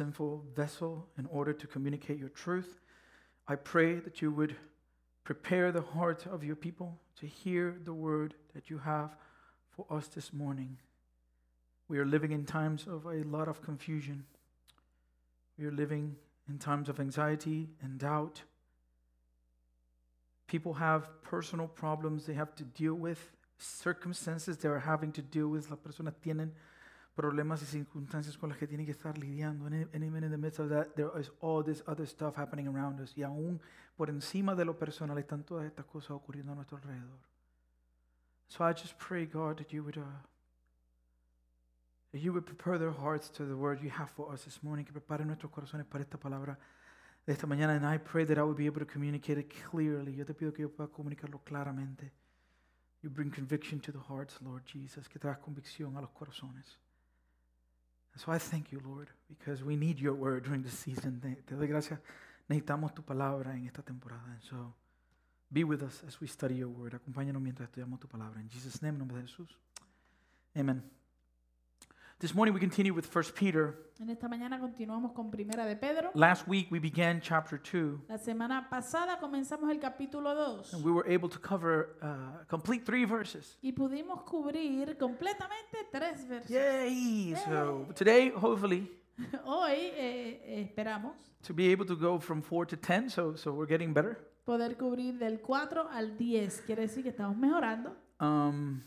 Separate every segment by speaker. Speaker 1: sinful vessel in order to communicate your truth. I pray that you would prepare the hearts of your people to hear the word that you have for us this morning. We are living in times of a lot of confusion. We are living in times of anxiety and doubt. People have personal problems they have to deal with, circumstances they are having to deal with. Las personas tienen problemas y circunstancias con las que tienen que estar lidiando. And, and even in the midst of that, there is all this other stuff happening around us. Y aún por encima de lo personal están todas estas cosas ocurriendo a nuestro alrededor. So I just pray, God, that you would, uh, that you would prepare their hearts to the word you have for us this morning. Que preparen nuestros corazones para esta palabra de esta mañana. And I pray that I would be able to communicate it clearly. Yo te pido que yo pueda comunicarlo claramente. You bring conviction to the hearts, Lord Jesus. Que traes convicción a los corazones. So I thank you, Lord, because we need your word during this season. Te, te doy gracias. Necesitamos tu palabra en esta temporada. And so be with us as we study your word. Acompáñanos mientras estudiamos tu palabra. In Jesus' name, en nombre de Jesús. Amen. This morning we continue with 1 Peter.
Speaker 2: En esta mañana continuamos con Primera de Pedro.
Speaker 1: Last week we began chapter 2,
Speaker 2: La semana pasada comenzamos el capítulo 2
Speaker 1: and we were able to cover uh, complete three verses.
Speaker 2: y pudimos cubrir completamente tres versos.
Speaker 1: Yay! So today, hopefully,
Speaker 2: Hoy eh, esperamos
Speaker 1: to be able to go from 4 to 10, so, so we're getting better.
Speaker 2: poder cubrir del 4 al 10. Quiere decir que estamos mejorando.
Speaker 1: Um,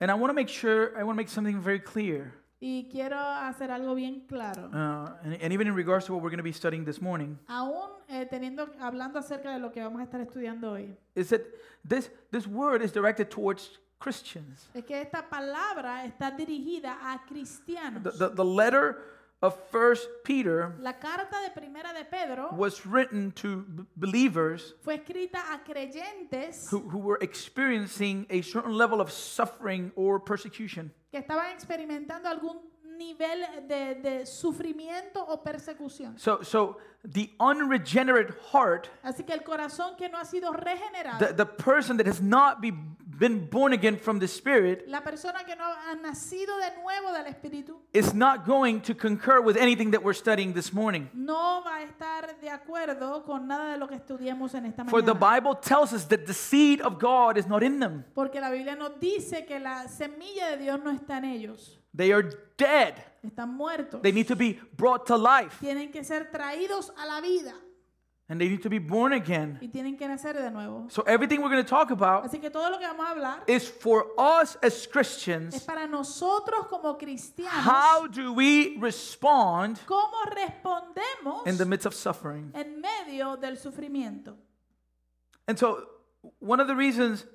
Speaker 1: and I want to make sure, I want to make something very clear.
Speaker 2: Y quiero hacer algo bien claro.
Speaker 1: Uh, and, and even in regards to what we're going to be studying this morning,
Speaker 2: Aún eh, teniendo, hablando acerca de lo que vamos a estar estudiando hoy,
Speaker 1: is that this, this word is directed towards Christians.
Speaker 2: es que esta palabra está dirigida a
Speaker 1: The,
Speaker 2: cristianos.
Speaker 1: the, the letter of First Peter
Speaker 2: La carta de Primera de Pedro
Speaker 1: was written to b- believers
Speaker 2: fue escrita a creyentes
Speaker 1: who, who were experiencing a certain level of suffering or persecution.
Speaker 2: que estaban experimentando algún nivel de, de sufrimiento o persecución.
Speaker 1: So, so the unregenerate heart,
Speaker 2: Así que el corazón que no ha sido regenerado,
Speaker 1: the, the person that has not be, been born again from the Spirit,
Speaker 2: la persona que no ha nacido de nuevo del Espíritu,
Speaker 1: is not going to concur with anything that we're studying this morning.
Speaker 2: no va a estar de acuerdo con nada de lo que estudiemos en esta
Speaker 1: For the
Speaker 2: mañana.
Speaker 1: Bible tells us that the seed of God is not in them,
Speaker 2: Porque la Biblia nos dice que la semilla de Dios no está en ellos,
Speaker 1: they are dead.
Speaker 2: están muertos.
Speaker 1: They need to be brought to life
Speaker 2: Tienen que ser traídos a la vida
Speaker 1: and they need to be born again.
Speaker 2: y tienen que nacer de nuevo.
Speaker 1: So, everything we're going to talk about
Speaker 2: Así que todo lo que vamos a hablar
Speaker 1: is for us as
Speaker 2: es
Speaker 1: Christians.
Speaker 2: para nosotros como cristianos.
Speaker 1: How do we respond
Speaker 2: ¿Cómo respondemos
Speaker 1: in the midst of suffering?
Speaker 2: en medio del sufrimiento?
Speaker 1: And so, one of the reasons,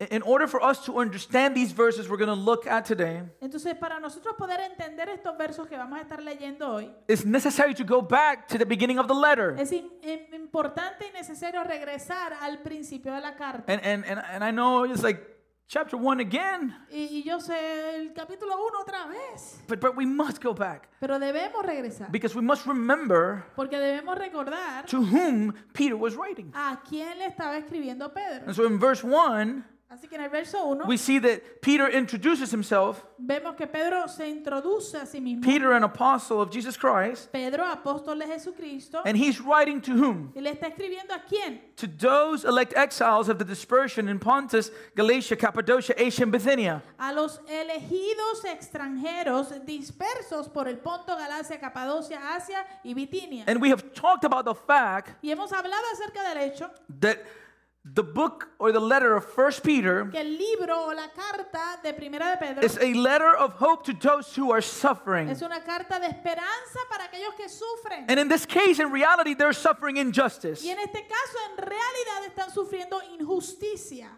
Speaker 1: i- in order for us to understand these verses we're going to look at today,
Speaker 2: Entonces, para nosotros poder entender estos versos que vamos a estar leyendo hoy,
Speaker 1: it's necessary to go back to the beginning of the letter.
Speaker 2: es im- im- importante y necesario regresar al principio de la carta.
Speaker 1: And, and, and, and I know it's like chapter one again,
Speaker 2: Y, y yo sé el capítulo 1 otra vez,
Speaker 1: but, but we must go back
Speaker 2: pero debemos regresar,
Speaker 1: because we must remember
Speaker 2: porque debemos recordar
Speaker 1: to whom Peter was writing.
Speaker 2: a quién le estaba escribiendo Pedro.
Speaker 1: And so, in verse one,
Speaker 2: Así que en el verso 1
Speaker 1: we see that Peter introduces himself,
Speaker 2: vemos que Pedro se introduce a sí mismo.
Speaker 1: Peter, an apostle of Jesus Christ,
Speaker 2: Pedro, apóstol de Jesucristo,
Speaker 1: and he's writing to whom?
Speaker 2: y le está escribiendo a quién?
Speaker 1: To those elect exiles of the dispersion in Pontus, Galatia, Cappadocia, Asia, and Bithynia.
Speaker 2: a los elegidos extranjeros dispersos por el Ponto, Galacia, Capadocia, Asia y Bitinia.
Speaker 1: And we have talked about the fact
Speaker 2: Y hemos hablado acerca del hecho
Speaker 1: that the book or the letter of First Peter
Speaker 2: que el libro o la carta de Primera de Pedro
Speaker 1: is a letter of hope to those who are suffering.
Speaker 2: es una carta de esperanza para aquellos que sufren.
Speaker 1: And in this case, in reality, they're suffering injustice.
Speaker 2: Y en este caso, en realidad, están sufriendo injusticia.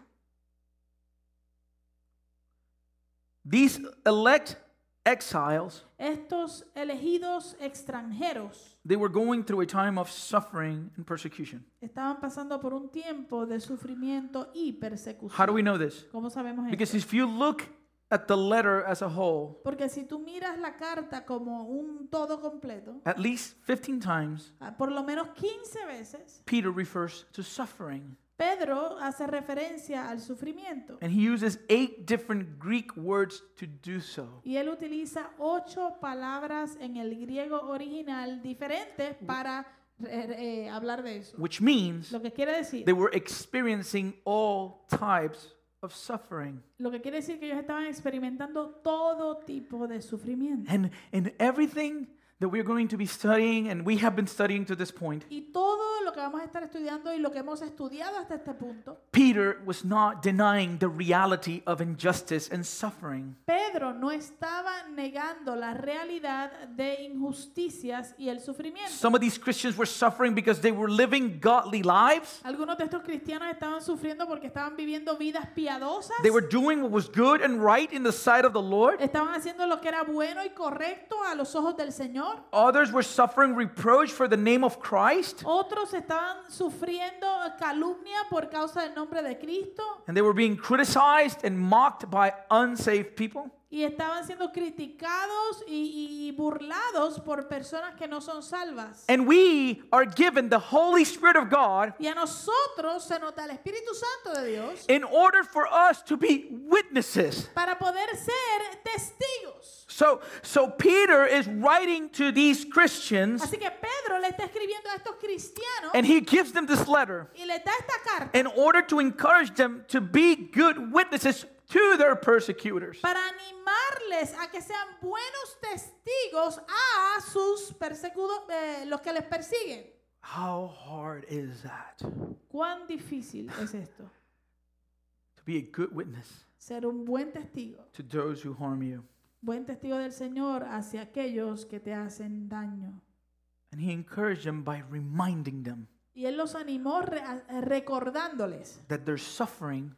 Speaker 1: These elect exiles,
Speaker 2: Estos elegidos extranjeros
Speaker 1: they were going through a time of suffering and persecution.
Speaker 2: estaban pasando por un tiempo de sufrimiento y persecución.
Speaker 1: How do we know this?
Speaker 2: ¿Cómo sabemos esto?
Speaker 1: Because if you look at the letter as a whole,
Speaker 2: Porque si tú miras la carta como un todo completo,
Speaker 1: at least 15 times,
Speaker 2: ah, por lo menos 15 veces
Speaker 1: Peter refers to suffering.
Speaker 2: Pedro hace referencia al sufrimiento
Speaker 1: and he uses eight different Greek words to do so.
Speaker 2: y él utiliza ocho palabras en el griego original diferentes para eh, eh, hablar de eso.
Speaker 1: which means
Speaker 2: Lo que quiere decir,
Speaker 1: they were experiencing all types of suffering.
Speaker 2: lo que quiere decir que ellos estaban experimentando todo tipo de sufrimiento.
Speaker 1: And in everything that we're going to be studying, and we have been studying to this point,
Speaker 2: Y todo lo que vamos a estar estudiando y lo que hemos estudiado hasta este punto,
Speaker 1: Peter was not denying the reality of injustice and suffering.
Speaker 2: Pedro no estaba negando la realidad de injusticias y el sufrimiento.
Speaker 1: Some of these Christians were suffering because they were living godly lives.
Speaker 2: Algunos de estos cristianos estaban sufriendo porque estaban viviendo vidas piadosas,
Speaker 1: They were doing what was good and right in the sight of the Lord.
Speaker 2: estaban haciendo lo que era bueno y correcto a los ojos del Señor.
Speaker 1: Others were suffering reproach for the name of Christ.
Speaker 2: Otros estaban sufriendo calumnia por causa del nombre de Cristo
Speaker 1: And they were being criticized and mocked by unsaved people.
Speaker 2: y estaban siendo criticados y, y burlados por personas que no son salvas.
Speaker 1: And we are given the Holy Spirit of God
Speaker 2: Y a nosotros se nota el Espíritu Santo de Dios
Speaker 1: in order for us to be witnesses.
Speaker 2: para poder ser testigos.
Speaker 1: So, so Peter is writing to these Christians
Speaker 2: Así que Pedro le está escribiendo a estos cristianos
Speaker 1: and he gives them this letter
Speaker 2: y le da esta carta
Speaker 1: in order to encourage them to be good witnesses to their persecutors.
Speaker 2: para animarles a que sean buenos testigos a sus persecudos, los que les persiguen.
Speaker 1: How hard is that? To
Speaker 2: ¿Cuán difícil es esto?
Speaker 1: be a good witness
Speaker 2: Ser un buen testigo,
Speaker 1: to those who harm you.
Speaker 2: buen testigo del Señor hacia aquellos que te hacen daño.
Speaker 1: And he encouraged them by reminding them
Speaker 2: Y él los animó re- a- recordándoles
Speaker 1: that their suffering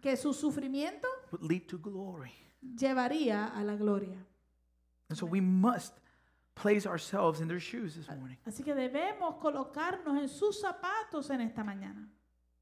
Speaker 2: que su sufrimiento
Speaker 1: would lead to glory.
Speaker 2: llevaría a la gloria.
Speaker 1: And so we must place ourselves in their shoes this morning.
Speaker 2: Así que debemos colocarnos en sus zapatos en esta mañana.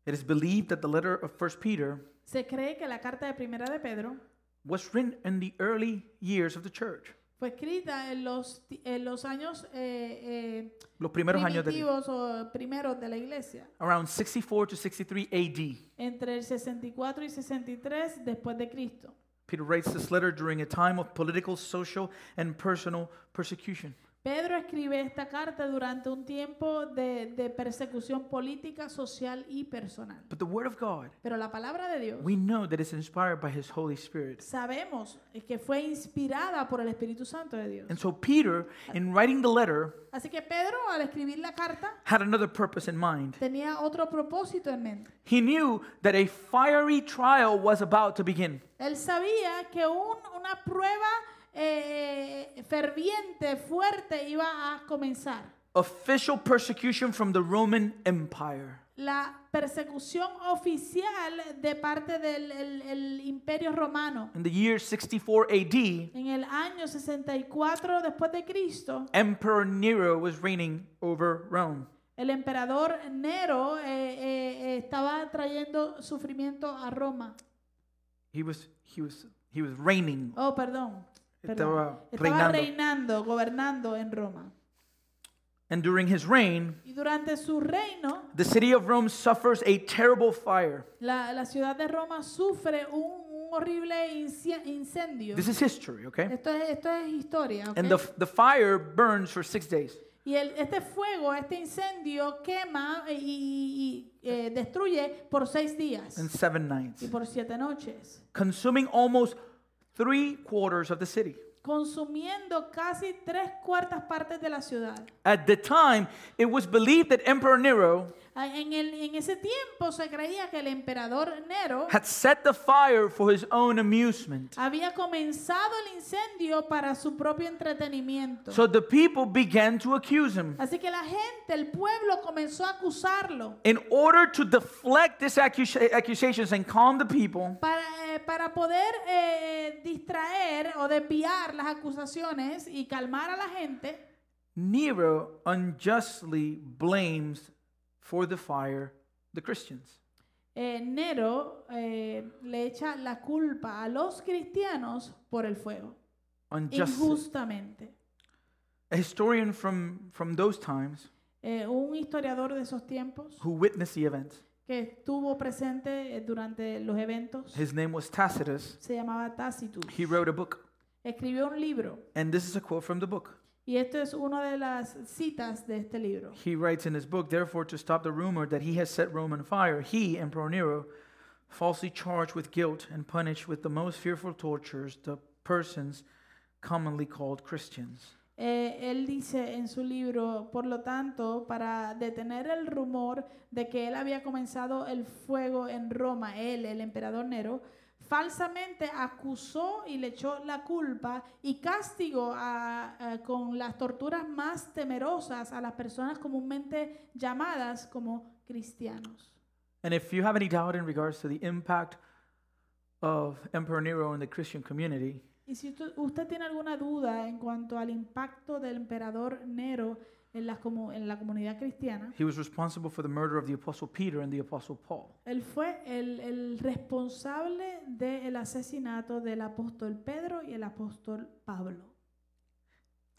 Speaker 1: It is believed that the letter of 1 Peter
Speaker 2: Se cree que la carta de Primera de Pedro
Speaker 1: was written in the early years of the church.
Speaker 2: fue escrita en los, ti- en los años eh, eh,
Speaker 1: Los primeros años de la-
Speaker 2: primitivos o primeros de la iglesia,
Speaker 1: around 64 to 63 AD.
Speaker 2: entre el 64 y 63 después de Cristo.
Speaker 1: Peter writes this letter during a time of political, social, and personal persecution.
Speaker 2: Pedro escribe esta carta durante un tiempo de, de persecución política, social y personal.
Speaker 1: But the word of God,
Speaker 2: Pero la palabra de Dios,
Speaker 1: we know that it's inspired by his Holy Spirit.
Speaker 2: sabemos que fue inspirada por el Espíritu Santo de Dios.
Speaker 1: And so Peter, in writing the letter,
Speaker 2: Así que Pedro, al escribir la carta,
Speaker 1: had another purpose in mind.
Speaker 2: tenía otro propósito en mente.
Speaker 1: He knew that a fiery trial was about to begin.
Speaker 2: Él sabía que un- una prueba eh, ferviente, fuerte, iba a comenzar.
Speaker 1: Official persecution from the Roman Empire.
Speaker 2: La persecución oficial de parte del el- el imperio romano.
Speaker 1: In the year 64 AD,
Speaker 2: En el año 64 después de Cristo,
Speaker 1: Emperor Nero was reigning over Rome.
Speaker 2: el emperador Nero eh, eh, eh, estaba trayendo sufrimiento a Roma.
Speaker 1: He was he was he was reigning.
Speaker 2: Oh, perdón. perdón.
Speaker 1: Estaba
Speaker 2: Estaba
Speaker 1: reinando.
Speaker 2: reinando, gobernando en Roma.
Speaker 1: And during his reign,
Speaker 2: Y durante su reino,
Speaker 1: the city of Rome suffers a terrible fire.
Speaker 2: La, la ciudad de Roma sufre un, un horrible inci- incendio.
Speaker 1: This is history, okay?
Speaker 2: Esto es, esto es historia. ¿ok?
Speaker 1: And the the fire burns for 6 days.
Speaker 2: y el- este fuego, este incendio quema eh, y, y- y, eh, destruye por seis días
Speaker 1: And 7 nights,
Speaker 2: y por siete noches,
Speaker 1: consuming almost 3 quarters of the city.
Speaker 2: consumiendo casi tres cuartas partes de la ciudad.
Speaker 1: At the time, it was believed that Emperor Nero
Speaker 2: Ah, En, el- en ese tiempo se creía que el emperador Nero
Speaker 1: had set the fire for his own amusement.
Speaker 2: había comenzado el incendio para su propio entretenimiento.
Speaker 1: So the people began to accuse him.
Speaker 2: Así que la gente, el pueblo comenzó a acusarlo.
Speaker 1: In order to deflect these accusa- accusations and calm the people,
Speaker 2: Para, eh, para poder eh, distraer o desviar las acusaciones y calmar a la gente,
Speaker 1: Nero unjustly blames for the fire the Christians.
Speaker 2: eh, Nero eh, le echa la culpa a los cristianos por el fuego,
Speaker 1: Unjustly.
Speaker 2: injustamente.
Speaker 1: A historian from, from those times
Speaker 2: Eh, un historiador de esos tiempos
Speaker 1: who witnessed the event
Speaker 2: que estuvo presente eh, durante los eventos.
Speaker 1: His name was Tacitus.
Speaker 2: Se llamaba Tácito.
Speaker 1: He wrote a book.
Speaker 2: Escribió un libro
Speaker 1: And this is a quote from the book.
Speaker 2: y esto es una de las citas de este libro.
Speaker 1: He writes in his book, Therefore, to stop the rumor that he has set Rome on fire, he, Emperor Nero, falsely charged with guilt and punished with the most fearful tortures the persons commonly called Christians.
Speaker 2: Eh, él dice en su libro, por lo tanto, para detener el rumor de que él había comenzado el fuego en Roma, él, el emperador Nero, falsamente acusó y le echó la culpa y castigó a- a- con las torturas más temerosas a las personas comúnmente llamadas como cristianos.
Speaker 1: And if you have any doubt in regards to the impact of Emperor Nero on the Christian community,
Speaker 2: Y si usted, usted tiene alguna duda en cuanto al impacto del emperador Nero en, las comu- en la comunidad cristiana,
Speaker 1: he was responsible for the murder of the Apostle Peter and the Apostle Paul.
Speaker 2: Él fue el, el responsable del asesinato del apóstol Pedro y el apóstol Pablo.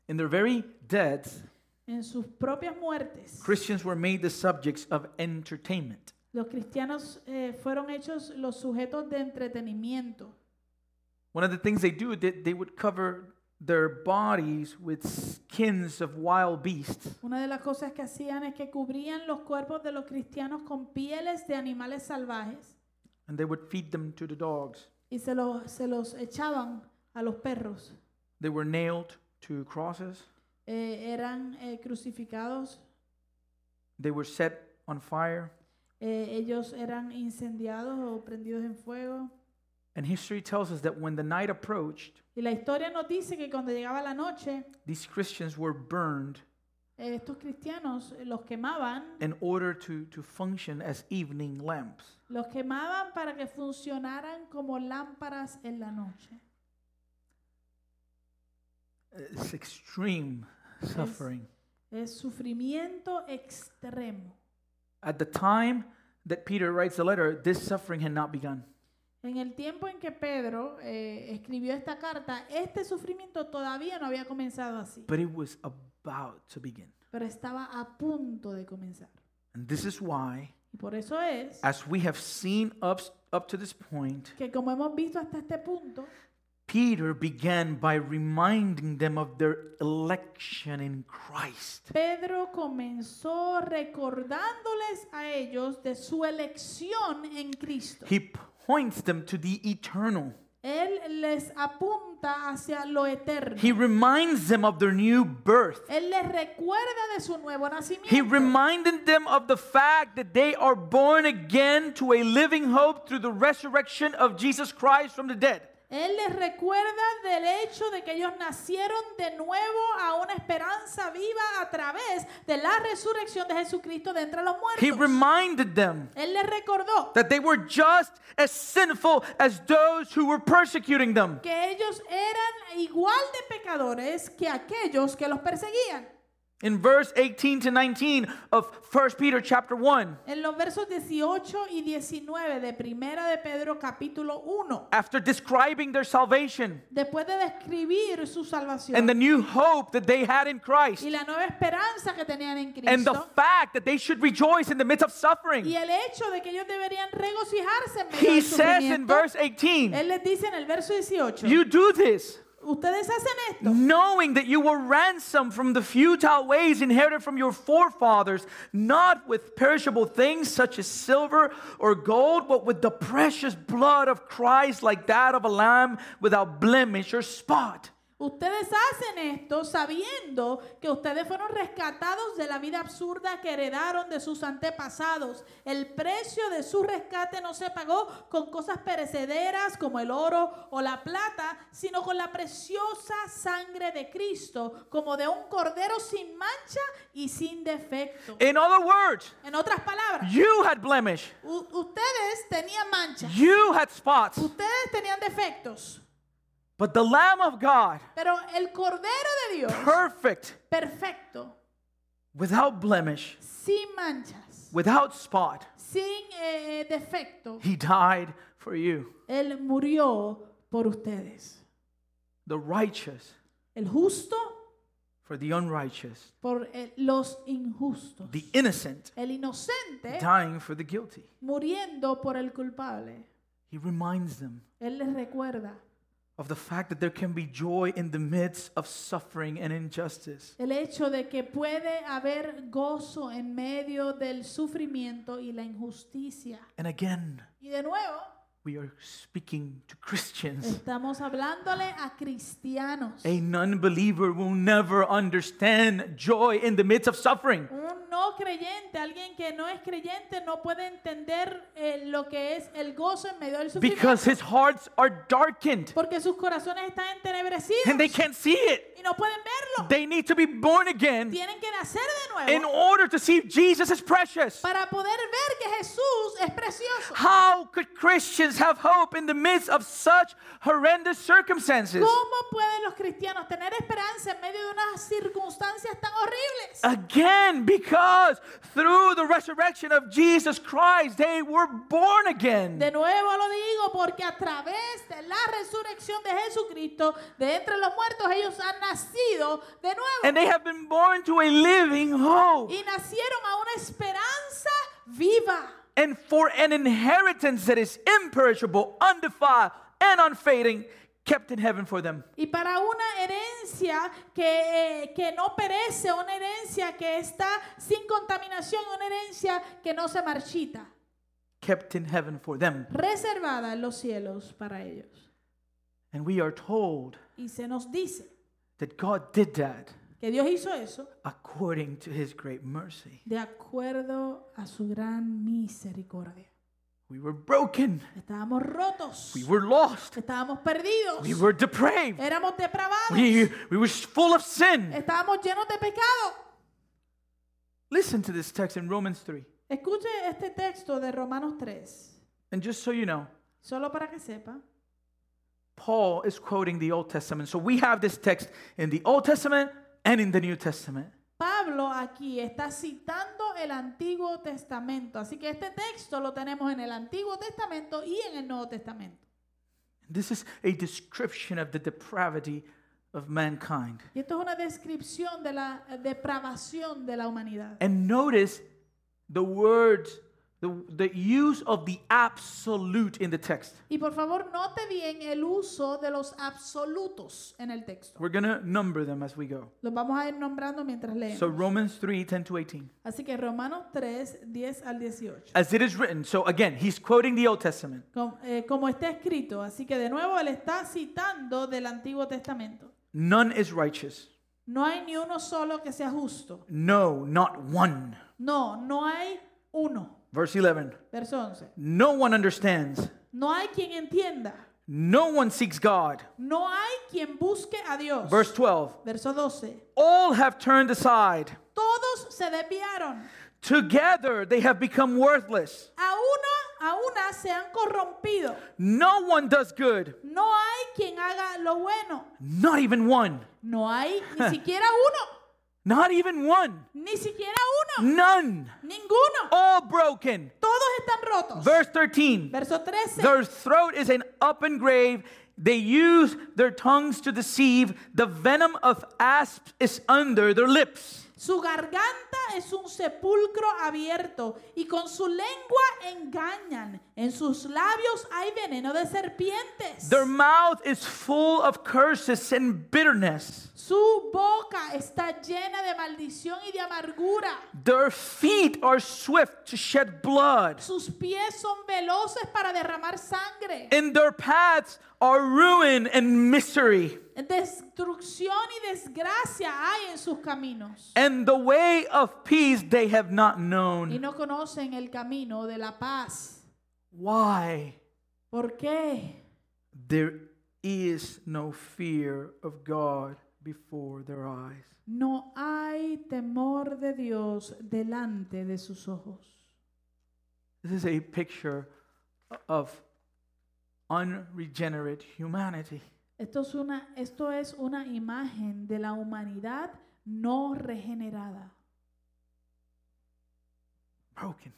Speaker 1: In their very deaths,
Speaker 2: En sus propias muertes,
Speaker 1: Christians were made the subjects of entertainment.
Speaker 2: los cristianos eh, fueron hechos los sujetos de entretenimiento.
Speaker 1: One of the things they do, they, they would cover their bodies with skins of wild beasts
Speaker 2: Una de las cosas que hacían es que cubrían los cuerpos de los cristianos con pieles de animales salvajes
Speaker 1: and they would feed them to the dogs.
Speaker 2: y se los, se los echaban a los perros.
Speaker 1: They were nailed to crosses,
Speaker 2: Eh, eran eh, crucificados,
Speaker 1: they were set on fire.
Speaker 2: eh, ellos eran incendiados o prendidos en fuego.
Speaker 1: And history tells us that when the night approached,
Speaker 2: Y la historia nos dice que cuando llegaba la noche,
Speaker 1: these Christians were burned
Speaker 2: eh, estos cristianos eh, los quemaban,
Speaker 1: in order to, to function as evening lamps.
Speaker 2: los quemaban para que funcionaran como lámparas en la noche.
Speaker 1: It's extreme suffering.
Speaker 2: Es sufrimiento extremo.
Speaker 1: At the time that Peter writes the letter, this suffering had not begun.
Speaker 2: En el tiempo en que Pedro eh, escribió esta carta, este sufrimiento todavía no había comenzado así,
Speaker 1: but it was about to begin.
Speaker 2: pero estaba a punto de comenzar.
Speaker 1: And this is why,
Speaker 2: Y por eso es
Speaker 1: as we have seen up, up to this point,
Speaker 2: que como hemos visto hasta este punto,
Speaker 1: Peter began by reminding them of their election in Christ.
Speaker 2: Pedro comenzó recordándoles a ellos de su elección en Cristo.
Speaker 1: He points them to the eternal.
Speaker 2: Él les apunta hacia lo eterno.
Speaker 1: He reminds them of their new birth.
Speaker 2: Él les recuerda de su nuevo
Speaker 1: He
Speaker 2: nacimiento.
Speaker 1: reminded them of the fact that they are born again to a living hope through the resurrection of Jesus Christ from the dead.
Speaker 2: Él les recuerda del hecho de que ellos nacieron de nuevo a una esperanza viva a través de la resurrección de Jesucristo de entre los
Speaker 1: He
Speaker 2: muertos.
Speaker 1: reminded them
Speaker 2: Él les recordó
Speaker 1: that they were just as sinful as those who were persecuting them.
Speaker 2: que ellos eran igual de pecadores que aquellos que los perseguían.
Speaker 1: In verse 18 to 19 of 1 Peter chapter 1,
Speaker 2: En los versos 18 y 19 de Primera de Pedro capítulo 1,
Speaker 1: after describing their salvation
Speaker 2: después de describir su salvación
Speaker 1: and the new hope that they had in Christ
Speaker 2: y la nueva esperanza que tenían en
Speaker 1: and the
Speaker 2: Cristo
Speaker 1: fact that they should rejoice in the midst of
Speaker 2: y
Speaker 1: suffering,
Speaker 2: el hecho de que ellos deberían regocijarse en medio
Speaker 1: he
Speaker 2: del
Speaker 1: says in
Speaker 2: sufrimiento,
Speaker 1: verse 18,
Speaker 2: él les dice en el verso 18,
Speaker 1: You do this
Speaker 2: ustedes hacen esto
Speaker 1: knowing that you were ransomed from the futile ways inherited from your forefathers, not with perishable things such as silver or gold, but with the precious blood of Christ, like that of a lamb without blemish or spot.
Speaker 2: Ustedes hacen esto sabiendo que ustedes fueron rescatados de la vida absurda que heredaron de sus antepasados. El precio de su rescate no se pagó con cosas perecederas como el oro o la plata, sino con la preciosa sangre de Cristo, como de un cordero sin mancha y sin defecto.
Speaker 1: In other words,
Speaker 2: En otras palabras,
Speaker 1: you had blemish,
Speaker 2: u- ustedes tenían manchas,
Speaker 1: you had spots,
Speaker 2: ustedes tenían defectos,
Speaker 1: but the Lamb of God,
Speaker 2: pero el cordero de Dios,
Speaker 1: perfect,
Speaker 2: perfecto.
Speaker 1: without blemish,
Speaker 2: sin manchas,
Speaker 1: without spot,
Speaker 2: sin eh, defecto.
Speaker 1: he died for you,
Speaker 2: Él murió por ustedes.
Speaker 1: the righteous
Speaker 2: El justo
Speaker 1: for the unrighteous,
Speaker 2: por eh, los injustos,
Speaker 1: the innocent
Speaker 2: el inocente
Speaker 1: dying for the guilty.
Speaker 2: muriendo por el culpable.
Speaker 1: He reminds them
Speaker 2: Él les recuerda
Speaker 1: of the fact that there can be joy in the midst of suffering and injustice.
Speaker 2: el hecho de que puede haber gozo en medio del sufrimiento y la injusticia.
Speaker 1: And again,
Speaker 2: Y de nuevo,
Speaker 1: we are speaking to Christians.
Speaker 2: estamos hablándole a cristianos.
Speaker 1: A non believer will never understand joy in the midst of suffering.
Speaker 2: Un no creyente, alguien que no es creyente, no puede entender eh, lo que es el gozo en medio del sufrimiento.
Speaker 1: because his hearts are darkened
Speaker 2: Porque sus corazones están
Speaker 1: and they
Speaker 2: entenebrecidos
Speaker 1: can't see it.
Speaker 2: y no pueden verlo.
Speaker 1: They need to be born again
Speaker 2: Tienen que nacer de
Speaker 1: in
Speaker 2: nuevo
Speaker 1: order to see Jesus is precious.
Speaker 2: para poder ver que Jesús es precioso.
Speaker 1: How could Christians have hope in the midst of such horrendous circumstances?
Speaker 2: ¿Cómo pueden los cristianos tener esperanza en medio de unas circunstancias tan horribles?
Speaker 1: Again, because through the resurrection of Jesus Christ, they were born
Speaker 2: De
Speaker 1: again.
Speaker 2: nuevo lo digo porque a través de la resurrección de Jesucristo, de entre los muertos, ellos han nacido de nuevo.
Speaker 1: And they have been born to a living hope
Speaker 2: y nacieron a una esperanza viva
Speaker 1: and for an inheritance that is imperishable, undefiled, and unfading, kept in heaven for them.
Speaker 2: y para una herencia que, eh, que no perece, una herencia que está sin contaminación, una herencia que no se marchita,
Speaker 1: Kept in heaven for them.
Speaker 2: reservada en los cielos para ellos.
Speaker 1: And we are told
Speaker 2: Y se nos dice
Speaker 1: that God did that
Speaker 2: que Dios hizo eso
Speaker 1: according to his great mercy.
Speaker 2: de acuerdo a su gran misericordia.
Speaker 1: We were broken,
Speaker 2: Estábamos rotos,
Speaker 1: we were lost,
Speaker 2: estábamos perdidos,
Speaker 1: we were depraved,
Speaker 2: éramos depravados,
Speaker 1: we, we were full of sin.
Speaker 2: estábamos llenos de pecado.
Speaker 1: Listen to this text in Romans 3.
Speaker 2: Escuche este texto de Romanos 3,
Speaker 1: And just so you know,
Speaker 2: solo para que sepa.
Speaker 1: Paul is quoting the Old Testament. So we have this text in the Old Testament and in the New Testament.
Speaker 2: Pablo aquí está citando el Antiguo Testamento, así que este texto lo tenemos en el Antiguo Testamento y en el Nuevo Testamento.
Speaker 1: This is a description of the depravity of mankind.
Speaker 2: Y esto es una descripción de la depravación de la humanidad.
Speaker 1: And notice the words, the, the use of the absolute in the text.
Speaker 2: Y por favor, note bien el uso de los absolutos en el texto.
Speaker 1: We're going to number them as we go.
Speaker 2: Los vamos a ir nombrando mientras
Speaker 1: So
Speaker 2: leemos.
Speaker 1: Romans 3 10 to 18.
Speaker 2: Así que Romanos 3, 10 al 18.
Speaker 1: As it is written. So again, he's quoting the Old Testament.
Speaker 2: Com- eh, como está escrito. Así que de nuevo él está citando del Antiguo Testamento.
Speaker 1: None is righteous.
Speaker 2: No hay ni uno solo que sea justo.
Speaker 1: No, not one.
Speaker 2: No, no hay uno.
Speaker 1: Verse 11.
Speaker 2: Verso 11.
Speaker 1: No one understands.
Speaker 2: No hay quien entienda.
Speaker 1: No one seeks God.
Speaker 2: No hay quien busque a Dios.
Speaker 1: Verse 12.
Speaker 2: Verso 12.
Speaker 1: All have turned aside.
Speaker 2: Todos se desviaron.
Speaker 1: Together they have become worthless.
Speaker 2: A uno, a una se han corrompido.
Speaker 1: No one does good.
Speaker 2: No hay quien haga lo bueno.
Speaker 1: Not even one.
Speaker 2: No hay ni siquiera uno.
Speaker 1: Not even one.
Speaker 2: Ni siquiera uno.
Speaker 1: None.
Speaker 2: Ninguno.
Speaker 1: All broken.
Speaker 2: Todos están rotos.
Speaker 1: Verse 13.
Speaker 2: Verso 13.
Speaker 1: Their throat is an open grave. They use their tongues to deceive. The venom of asps is under their lips.
Speaker 2: Su garganta es un sepulcro abierto y con su lengua engañan. En sus labios hay veneno de serpientes.
Speaker 1: Their mouth is full of curses and bitterness.
Speaker 2: Su boca está llena de maldición y de amargura.
Speaker 1: Their feet are swift to shed blood.
Speaker 2: Sus pies son veloces para derramar sangre.
Speaker 1: In their paths are ruin and misery.
Speaker 2: Destrucción y desgracia hay en sus caminos.
Speaker 1: And the way of peace they have not
Speaker 2: Y
Speaker 1: known.
Speaker 2: no conocen el camino de la paz.
Speaker 1: Why?
Speaker 2: ¿Por qué?
Speaker 1: There is no fear of God before their eyes.
Speaker 2: No hay temor de Dios delante de sus ojos.
Speaker 1: This is a picture of unregenerate humanity.
Speaker 2: Esto es una, esto es una imagen de la humanidad no regenerada,
Speaker 1: Broken.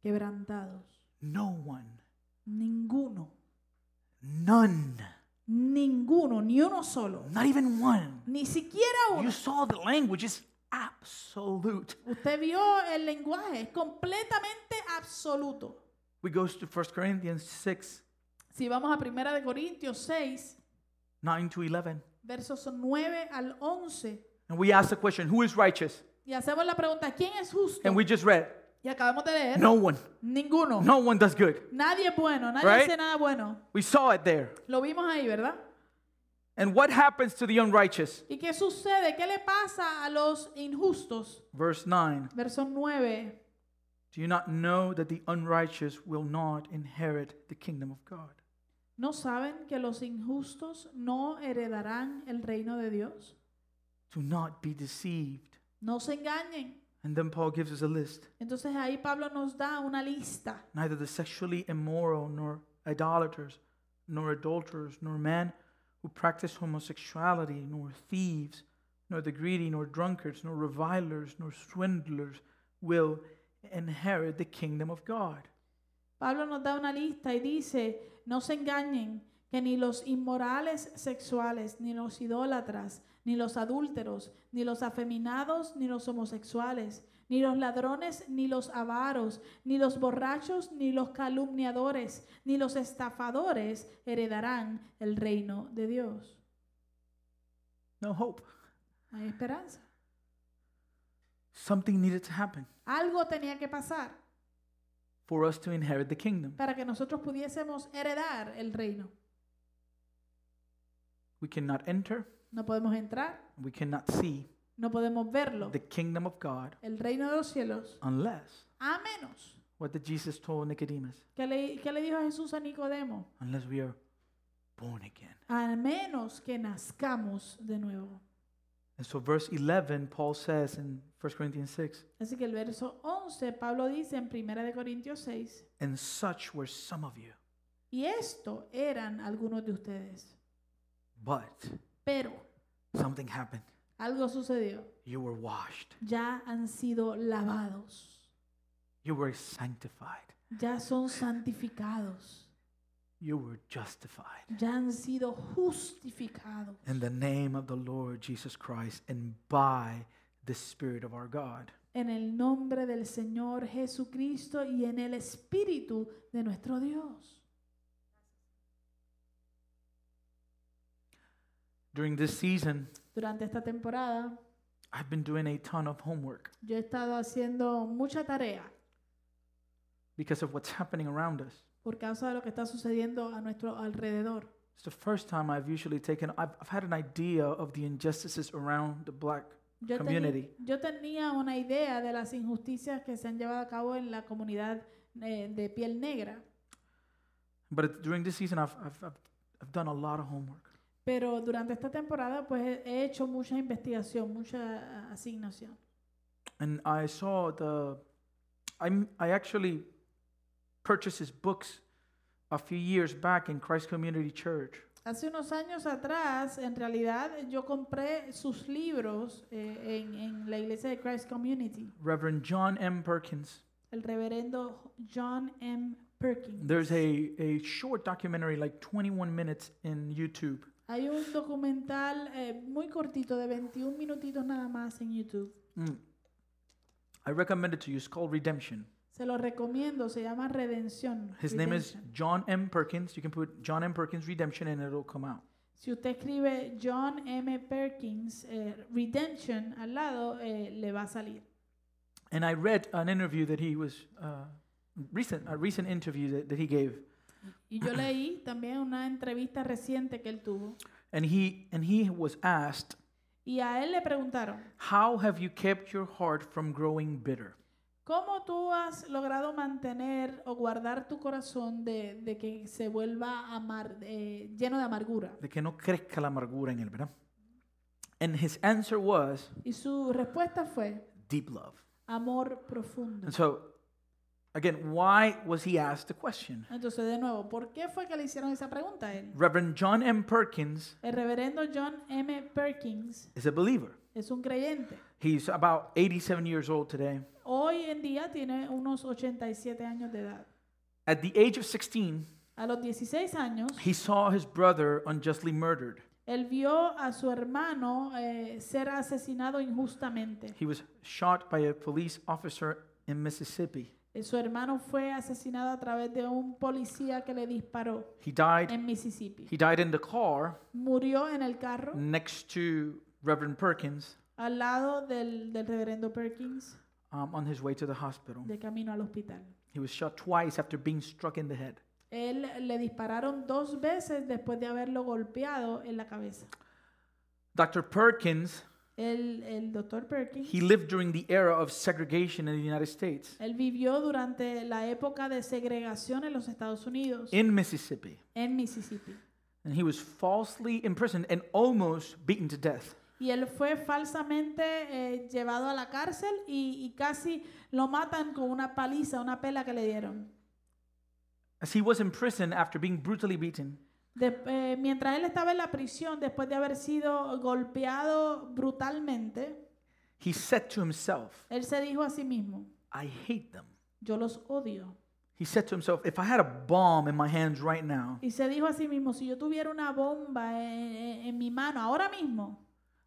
Speaker 2: quebrantados.
Speaker 1: No one.
Speaker 2: Ninguno,
Speaker 1: None
Speaker 2: Ninguno, ni uno solo.
Speaker 1: Not even one.
Speaker 2: Ni siquiera uno.
Speaker 1: You saw the language is absolute.
Speaker 2: Usted vio el lenguaje, es completamente absoluto.
Speaker 1: We go to 1 Corinthians 6,
Speaker 2: Si vamos a Primera de Corintios 6,
Speaker 1: 9 to 11.
Speaker 2: versos 9 al 11,
Speaker 1: And we ask the question, who is righteous?
Speaker 2: y hacemos la pregunta, ¿quién es justo?
Speaker 1: And we just read,
Speaker 2: Y acabamos de leer,
Speaker 1: no one.
Speaker 2: ninguno.
Speaker 1: No one does good.
Speaker 2: Nadie es bueno, nadie
Speaker 1: Right?
Speaker 2: hace nada bueno.
Speaker 1: We saw it there.
Speaker 2: Lo vimos ahí, ¿verdad?
Speaker 1: And what happens to the unrighteous?
Speaker 2: ¿Y qué sucede? ¿Qué le pasa a los injustos?
Speaker 1: Verse 9.
Speaker 2: Verso 9.
Speaker 1: Do you not know that the unrighteous will not inherit the kingdom of God?
Speaker 2: ¿No saben que los injustos no heredarán el reino de Dios?
Speaker 1: Do not be deceived.
Speaker 2: No se engañen.
Speaker 1: And then Paul gives us a list.
Speaker 2: Entonces ahí Pablo nos da una lista.
Speaker 1: Neither the sexually immoral, nor idolaters, nor adulterers, nor men who practice homosexuality, nor thieves, nor the greedy, nor drunkards, nor revilers, nor swindlers will inherit the kingdom of God.
Speaker 2: Pablo nos da una lista y dice, no se engañen, que ni los inmorales sexuales, ni los idólatras, ni los adúlteros, ni los afeminados, ni los homosexuales, ni los ladrones, ni los avaros, ni los borrachos, ni los calumniadores, ni los estafadores heredarán el reino de Dios.
Speaker 1: No hope.
Speaker 2: Hay esperanza.
Speaker 1: Something needed to happen
Speaker 2: Algo tenía que pasar
Speaker 1: for us to inherit the kingdom.
Speaker 2: para que nosotros pudiésemos heredar el reino.
Speaker 1: We cannot enter,
Speaker 2: No podemos entrar,
Speaker 1: we cannot see
Speaker 2: no podemos verlo.
Speaker 1: the kingdom of God
Speaker 2: El reino de los cielos
Speaker 1: unless
Speaker 2: A menos.
Speaker 1: what did Jesus told Nicodemus?
Speaker 2: ¿Qué le, qué le dijo Jesús a Nicodemo?
Speaker 1: Unless we are born again.
Speaker 2: A menos que nazcamos de nuevo.
Speaker 1: And so verse 11 Paul says in 1 Corinthians 6,
Speaker 2: Así que el verso 11, Pablo dice en 1 de Corintios 6,
Speaker 1: and such were some of you,
Speaker 2: y esto eran algunos de ustedes.
Speaker 1: but
Speaker 2: Pero
Speaker 1: something happened.
Speaker 2: algo sucedió.
Speaker 1: You were washed.
Speaker 2: Ya han sido lavados.
Speaker 1: You were sanctified.
Speaker 2: Ya son santificados.
Speaker 1: You were justified
Speaker 2: Ya han sido justificados.
Speaker 1: in the name of the Lord Jesus Christ and by the spirit of our God.
Speaker 2: En el nombre del Señor Jesucristo y en el Espíritu de nuestro Dios.
Speaker 1: During this season,
Speaker 2: Durante esta temporada
Speaker 1: I've been doing a ton of homework
Speaker 2: yo he estado haciendo mucha tarea
Speaker 1: because of what's happening around us.
Speaker 2: por causa de lo que está sucediendo a nuestro alrededor.
Speaker 1: It's the first time I've usually taken, I've, I've had an idea of the injustices around the black
Speaker 2: Yo, teni-
Speaker 1: Community.
Speaker 2: yo tenía una idea de las injusticias que se han llevado a cabo en la comunidad eh, de piel negra,
Speaker 1: But it, during this season, I've, I've, I've, I've done a lot of homework.
Speaker 2: pero durante esta temporada pues he- he hecho mucha investigación, mucha ah, asignación.
Speaker 1: And I saw the, I'm, I actually purchased his books a few years back in Christ Community Church.
Speaker 2: Hace unos años atrás, en realidad, yo compré sus libros eh, en, en la iglesia de Christ Community,
Speaker 1: Reverend John M. Perkins.
Speaker 2: el reverendo John M. Perkins.
Speaker 1: There's a, a short documentary, like 21 minutes, in YouTube.
Speaker 2: Hay un documental eh, muy cortito de 21 minutitos nada más en YouTube.
Speaker 1: Mm. I recommend it to you. It's called Redemption.
Speaker 2: Se lo recomiendo, se llama Redención.
Speaker 1: His name is
Speaker 2: Redemption.
Speaker 1: John M. Perkins. You can put John M. Perkins Redemption and it'll come out.
Speaker 2: Si usted escribe John M. Perkins eh, Redemption al lado, eh, le va a salir.
Speaker 1: And I read an interview that he was, uh, recent, a recent interview that, that he gave.
Speaker 2: Y yo leí también una entrevista reciente que él tuvo
Speaker 1: And he, and he was asked,
Speaker 2: y a él le preguntaron,
Speaker 1: How have you kept your heart from growing bitter?
Speaker 2: ¿cómo tú has logrado mantener o guardar tu corazón de, de que se vuelva amar, eh, lleno de amargura?
Speaker 1: De que no crezca la amargura en él, ¿verdad? And his answer was
Speaker 2: Y su respuesta fue,
Speaker 1: deep love.
Speaker 2: amor profundo.
Speaker 1: And so, again, why was he asked the question?
Speaker 2: Entonces, de nuevo, ¿por qué fue que le hicieron esa pregunta a él?
Speaker 1: Reverend John M. Perkins
Speaker 2: El reverendo John M. Perkins
Speaker 1: is a believer.
Speaker 2: es un creyente.
Speaker 1: He's about 87 years old today.
Speaker 2: Hoy en día tiene unos 87 años de edad.
Speaker 1: At the age of 16,
Speaker 2: A los 16 años,
Speaker 1: he saw his brother unjustly murdered.
Speaker 2: él vio a su hermano eh, ser asesinado injustamente.
Speaker 1: He was shot by a police officer in Mississippi.
Speaker 2: Eh, Su hermano fue asesinado a través de un policía que le disparó
Speaker 1: He died.
Speaker 2: en Mississippi.
Speaker 1: He died in the car
Speaker 2: Murió en el carro
Speaker 1: next to Reverend Perkins
Speaker 2: al lado del, del reverendo Perkins
Speaker 1: um, on his way to the hospital.
Speaker 2: de camino al hospital.
Speaker 1: He was shot twice after being struck in the head.
Speaker 2: Él le dispararon dos veces después de haberlo golpeado en la cabeza.
Speaker 1: Dr. Perkins,
Speaker 2: El, el doctor Perkins,
Speaker 1: he lived during the era of segregation in the United States
Speaker 2: él vivió durante la época de segregación en los Estados Unidos,
Speaker 1: in Mississippi.
Speaker 2: en Mississippi.
Speaker 1: And he was falsely imprisoned and almost beaten to death.
Speaker 2: Y él fue falsamente eh, llevado a la cárcel y, y casi lo matan con una paliza, una pela que le dieron.
Speaker 1: As he was in prison after being brutally beaten,
Speaker 2: De- eh, mientras él estaba en la prisión, después de haber sido golpeado brutalmente,
Speaker 1: he said to himself,
Speaker 2: él se dijo a sí mismo,
Speaker 1: I hate them.
Speaker 2: yo los odio.
Speaker 1: He said to himself, If I had a bomb in my hands right now,
Speaker 2: Y se dijo a sí mismo, si yo tuviera una bomba en, en- en mi mano ahora mismo,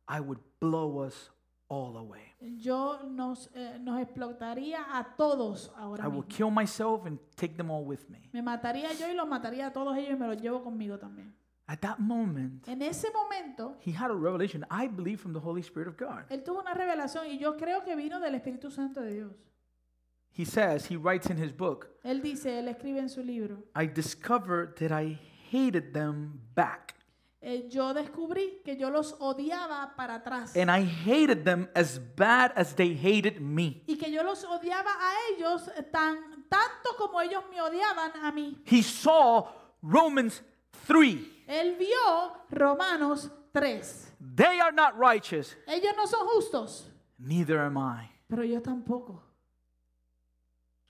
Speaker 1: I would blow us all away.
Speaker 2: yo nos, eh, nos explotaría a todos ahora
Speaker 1: I will
Speaker 2: mismo.
Speaker 1: kill myself and take them all with me.
Speaker 2: Me mataría yo y los mataría a todos ellos y me los llevo conmigo también.
Speaker 1: At that moment,
Speaker 2: En ese momento,
Speaker 1: he had a revelation, I believe, from the Holy Spirit of God.
Speaker 2: él tuvo una revelación y yo creo que vino del Espíritu Santo de Dios.
Speaker 1: He says, he writes in his book,
Speaker 2: Él dice, él escribe en su libro,
Speaker 1: I discovered that I hated them back.
Speaker 2: eh, yo descubrí que yo los odiaba para atrás.
Speaker 1: And I hated them as bad as they hated me.
Speaker 2: y que yo los odiaba a ellos tan tanto como ellos me odiaban a mí.
Speaker 1: He saw Romans 3.
Speaker 2: Él vio Romanos 3.
Speaker 1: They are not righteous,
Speaker 2: Ellos no son justos,
Speaker 1: neither am I.
Speaker 2: pero yo tampoco.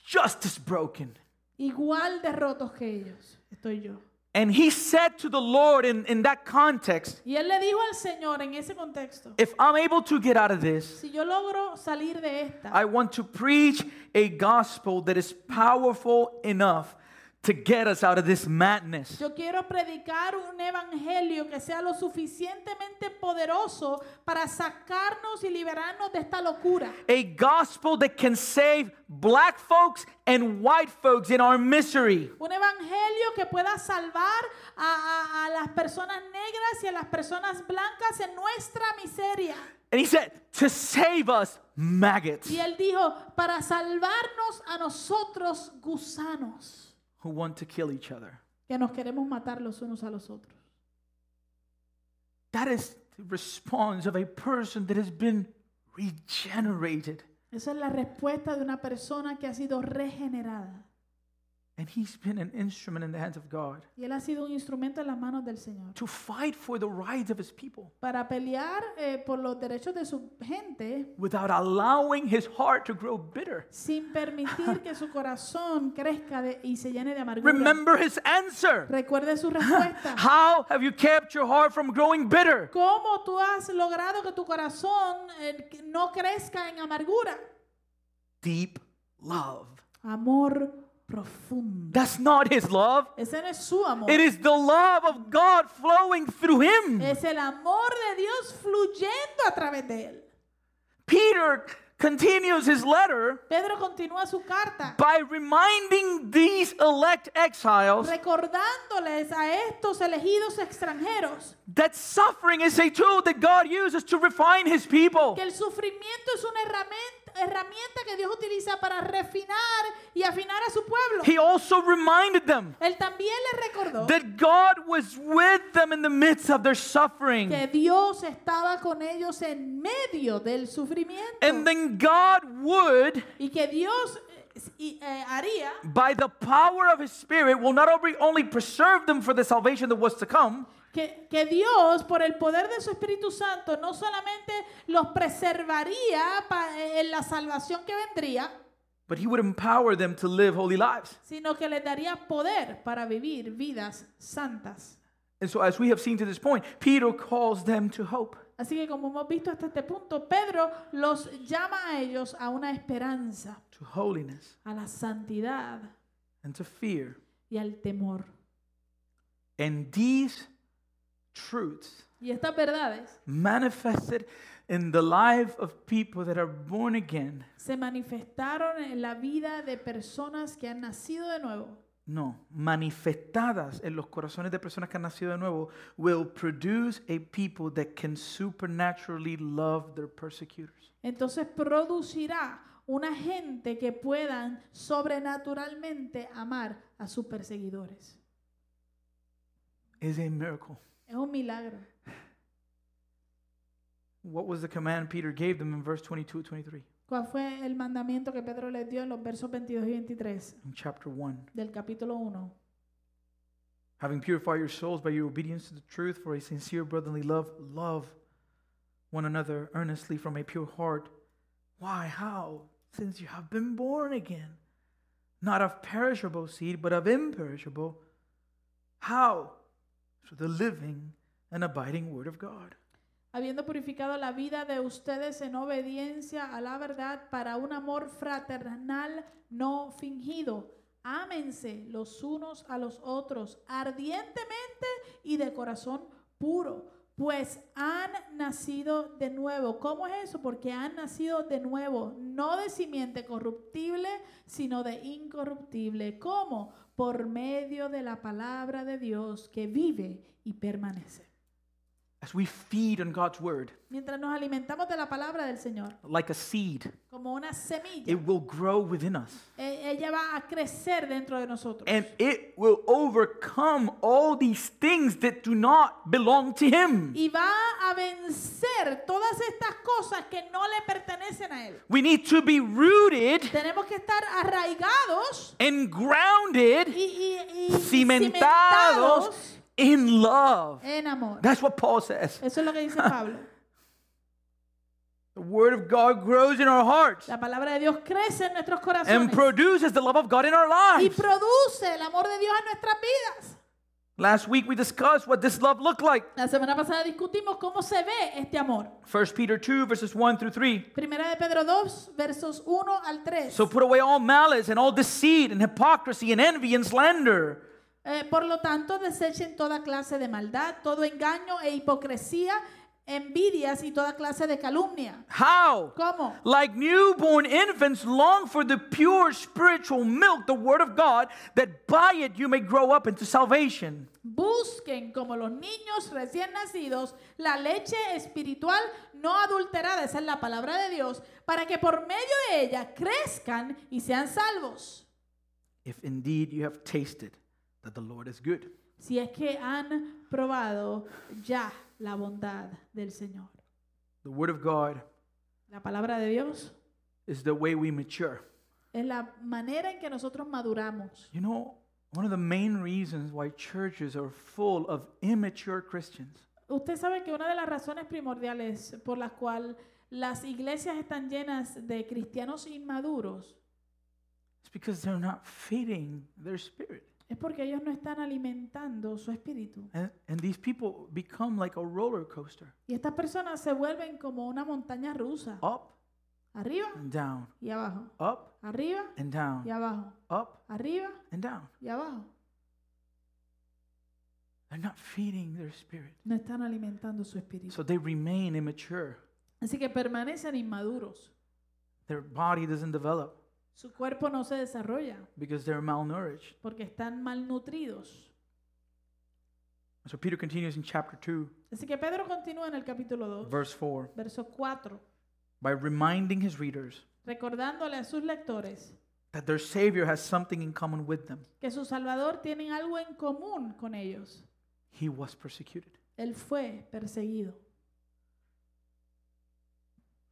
Speaker 1: Justice broken.
Speaker 2: Igual de rotos que ellos estoy yo.
Speaker 1: And he said to the Lord in, in that context,
Speaker 2: Y él le dijo al Señor en ese contexto,
Speaker 1: if I'm able to get out of this,
Speaker 2: si yo logro salir de esta,
Speaker 1: I want to preach a gospel that is powerful enough to get us out of this madness.
Speaker 2: yo quiero predicar un evangelio que sea lo suficientemente poderoso para sacarnos y liberarnos de esta locura.
Speaker 1: A gospel that can save black folks and white folks in our misery.
Speaker 2: Un evangelio que pueda salvar a, a- a las personas negras y a las personas blancas en nuestra miseria.
Speaker 1: And he said, to save us, maggots
Speaker 2: Y él dijo, para salvarnos a nosotros gusanos,
Speaker 1: who want to kill each other.
Speaker 2: que nos queremos matar los unos a los otros.
Speaker 1: That is the response of a person that has been regenerated.
Speaker 2: Esa es la respuesta de una persona que ha sido regenerada.
Speaker 1: And he's been an instrument in the hands of God
Speaker 2: Y él ha sido un instrumento en las manos del Señor.
Speaker 1: to fight for the rights of his people
Speaker 2: Para pelear eh, por los derechos de su gente
Speaker 1: without allowing his heart to grow bitter.
Speaker 2: sin permitir que su corazón crezca de- y se llene de amargura.
Speaker 1: Remember his answer.
Speaker 2: Recuerde su respuesta.
Speaker 1: How have you kept your heart from growing bitter?
Speaker 2: ¿Cómo tú has logrado que tu corazón eh, que no crezca en amargura?
Speaker 1: Deep love.
Speaker 2: Amor profundo.
Speaker 1: That's not his love.
Speaker 2: Ese no es su amor.
Speaker 1: It is the love of God flowing through him.
Speaker 2: Es el amor de Dios fluyendo a través de él.
Speaker 1: Peter continues his letter
Speaker 2: Pedro continúa su carta
Speaker 1: by reminding these elect exiles
Speaker 2: recordándoles a estos elegidos extranjeros
Speaker 1: that suffering is a tool that God uses to refine his people.
Speaker 2: que el sufrimiento es una herramienta, herramienta que Dios utiliza para refinar y afinar a su pueblo.
Speaker 1: He also reminded them
Speaker 2: Él también les recordó
Speaker 1: that God was with them in the midst of their suffering.
Speaker 2: que Dios estaba con ellos en medio del sufrimiento.
Speaker 1: And then God would,
Speaker 2: y que Dios eh, s- y, eh, haría
Speaker 1: by the power of his Spirit, will not only- only preserve them for the salvation that was to come,
Speaker 2: que, que Dios por el poder de su Espíritu Santo no solamente los preservaría pa- eh, en la salvación que vendría,
Speaker 1: but he would empower them to live holy lives.
Speaker 2: sino que les daría poder para vivir vidas santas.
Speaker 1: And so, as we have seen to this point, Peter calls them to hope.
Speaker 2: Así que como hemos visto hasta este punto, Pedro los llama a ellos a una esperanza,
Speaker 1: to holiness
Speaker 2: a la santidad
Speaker 1: and to fear
Speaker 2: y al temor.
Speaker 1: And these truths
Speaker 2: Y estas verdades
Speaker 1: manifested in the life of people that are born again.
Speaker 2: se manifestaron en la vida de personas que han nacido de nuevo.
Speaker 1: No, manifestadas en los corazones de personas que han nacido de nuevo, will produce a people that can supernaturally love their persecutors.
Speaker 2: Entonces producirá una gente que puedan sobrenaturalmente amar a sus perseguidores.
Speaker 1: Is a miracle.
Speaker 2: Es un milagro.
Speaker 1: What was the command Peter gave them in verse 22 23?
Speaker 2: ¿Cuál fue el mandamiento que Pedro les dio en los versos 22 y 23
Speaker 1: In chapter 1.
Speaker 2: del capítulo 1?
Speaker 1: Having purified your souls by your obedience to the truth for a sincere brotherly love, love one another earnestly from a pure heart. Why? How? Since you have been born again, not of perishable seed, but of imperishable. How? Through the living and abiding Word of God.
Speaker 2: Habiendo purificado la vida de ustedes en obediencia a la verdad para un amor fraternal no fingido, ámense los unos a los otros ardientemente y de corazón puro, pues han nacido de nuevo. ¿Cómo es eso? Porque han nacido de nuevo, no de simiente corruptible, sino de incorruptible. ¿Cómo? Por medio de la palabra de Dios que vive y permanece.
Speaker 1: As we feed on God's Word,
Speaker 2: Mientras nos alimentamos de la palabra del Señor,
Speaker 1: like a seed,
Speaker 2: como una semilla,
Speaker 1: it will grow within us
Speaker 2: e- ella va a crecer dentro de nosotros.
Speaker 1: and it will overcome all these things that do not belong to Him.
Speaker 2: Y va a vencer todas estas cosas que no le pertenecen a Él.
Speaker 1: We need to be rooted
Speaker 2: Tenemos que estar arraigados
Speaker 1: and
Speaker 2: y,
Speaker 1: grounded,
Speaker 2: y- y
Speaker 1: cimentados
Speaker 2: cimentados
Speaker 1: in love.
Speaker 2: en amor.
Speaker 1: That's what Paul says.
Speaker 2: Eso es lo que dice Pablo.
Speaker 1: The word of God grows in our hearts
Speaker 2: La palabra de Dios crece en nuestros
Speaker 1: and
Speaker 2: corazones
Speaker 1: produces the love of God in our
Speaker 2: y
Speaker 1: lives.
Speaker 2: produce el amor de Dios en nuestras vidas.
Speaker 1: Last week we discussed what this love looked like.
Speaker 2: La semana pasada discutimos cómo se ve este amor.
Speaker 1: 1 Peter 2 verses 1 through 3.
Speaker 2: Primera de Pedro 2, versos 1 al 3.
Speaker 1: So put away all malice and all deceit and hypocrisy and envy and slander.
Speaker 2: Eh, por lo tanto, desechen toda clase de maldad, todo engaño e hipocresía, envidias y toda clase de calumnia.
Speaker 1: How?
Speaker 2: ¿Cómo?
Speaker 1: Like newborn infants, long for the pure spiritual milk, the word of God, that by it you may grow up into salvation.
Speaker 2: Busquen como los niños recién nacidos la leche espiritual no adulterada, esa es la palabra de Dios, para que por medio de ella crezcan y sean salvos.
Speaker 1: if indeed you have tasted that the Lord is good.
Speaker 2: Si es que han probado ya la bondad del Señor.
Speaker 1: The Word of God
Speaker 2: La palabra de Dios
Speaker 1: is the way we mature.
Speaker 2: es la manera en que nosotros maduramos.
Speaker 1: You know, one of the main reasons why churches are full of immature Christians
Speaker 2: Usted sabe que una de las razones primordiales por las cuales las iglesias están llenas de cristianos inmaduros
Speaker 1: is because they're not feeding their spirit.
Speaker 2: es porque ellos no están alimentando su espíritu.
Speaker 1: And, and these people become like a roller coaster
Speaker 2: Y estas personas se vuelven como una montaña rusa,
Speaker 1: up
Speaker 2: arriba
Speaker 1: and down,
Speaker 2: y abajo,
Speaker 1: up
Speaker 2: arriba
Speaker 1: and
Speaker 2: y
Speaker 1: down,
Speaker 2: abajo,
Speaker 1: up
Speaker 2: arriba
Speaker 1: and down.
Speaker 2: y abajo.
Speaker 1: They're not feeding their spirit.
Speaker 2: No están alimentando su espíritu.
Speaker 1: So they remain immature.
Speaker 2: Así que permanecen inmaduros.
Speaker 1: Their body doesn't develop
Speaker 2: Su cuerpo no se desarrolla
Speaker 1: because they're malnourished.
Speaker 2: porque están malnutridos.
Speaker 1: So Peter continues in chapter 2,
Speaker 2: Así que Pedro continúa en el capítulo 2,
Speaker 1: verse 4.
Speaker 2: verso 4.
Speaker 1: by reminding his readers
Speaker 2: recordándole a sus lectores
Speaker 1: that their Savior has something in common with them.
Speaker 2: que su Salvador tiene algo en común con ellos.
Speaker 1: He was persecuted.
Speaker 2: Él fue perseguido.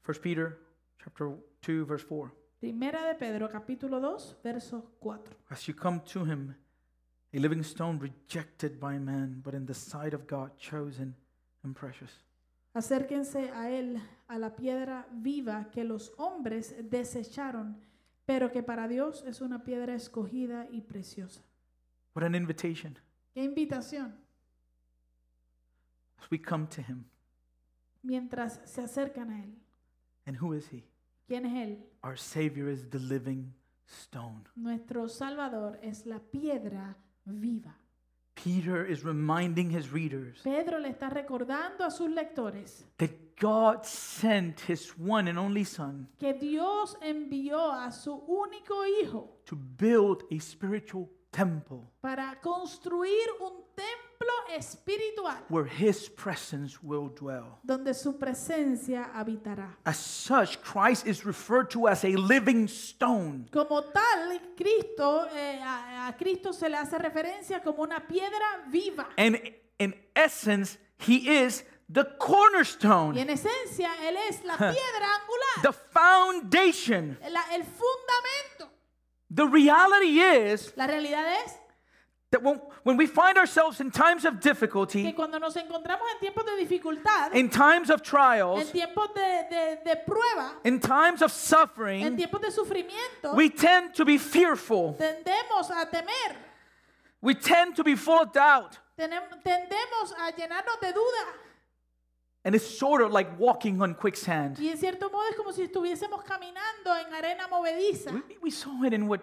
Speaker 1: First Peter chapter 2 verse 4.
Speaker 2: Primera de Pedro, capítulo 2, verso 4.
Speaker 1: As you come to him, a living stone rejected by man, but in the sight of God chosen and precious.
Speaker 2: Acérquense a él, a la piedra viva que los hombres desecharon, pero que para Dios es una piedra escogida y preciosa.
Speaker 1: What an invitation
Speaker 2: ¡Qué invitación!
Speaker 1: as we come to him.
Speaker 2: Mientras se acercan a él.
Speaker 1: And who is he?
Speaker 2: ¿Quién es él?
Speaker 1: Our Savior is the living stone.
Speaker 2: Nuestro Salvador es la piedra viva.
Speaker 1: Peter is reminding his readers
Speaker 2: Pedro le está recordando a sus lectores
Speaker 1: that God sent his one and only Son
Speaker 2: que Dios envió a su único hijo
Speaker 1: to build a spiritual temple
Speaker 2: para construir un templo espiritual
Speaker 1: where his presence will dwell.
Speaker 2: donde su presencia habitará.
Speaker 1: As such, Christ is referred to as a living stone.
Speaker 2: Como tal, Cristo, eh, a, a Cristo se le hace referencia como una piedra viva.
Speaker 1: And in essence, he is the cornerstone,
Speaker 2: Y en esencia, Él es la piedra angular,
Speaker 1: the foundation.
Speaker 2: la- el fundamento.
Speaker 1: The reality is
Speaker 2: La realidad es
Speaker 1: that when, when we find ourselves in times of
Speaker 2: que
Speaker 1: difficulty,
Speaker 2: cuando nos encontramos en tiempos de dificultad,
Speaker 1: in times of
Speaker 2: en
Speaker 1: trials,
Speaker 2: tiempos de, de- de prueba,
Speaker 1: in times of
Speaker 2: en
Speaker 1: suffering,
Speaker 2: tiempos de sufrimiento,
Speaker 1: we tend to be fearful.
Speaker 2: tendemos a temer,
Speaker 1: We tend to be full of doubt.
Speaker 2: tenem- tendemos a llenarnos de duda.
Speaker 1: And it's sort of like walking on quicksand.
Speaker 2: Y en cierto modo es como si estuviésemos caminando en arena movediza.
Speaker 1: We, we saw it in what,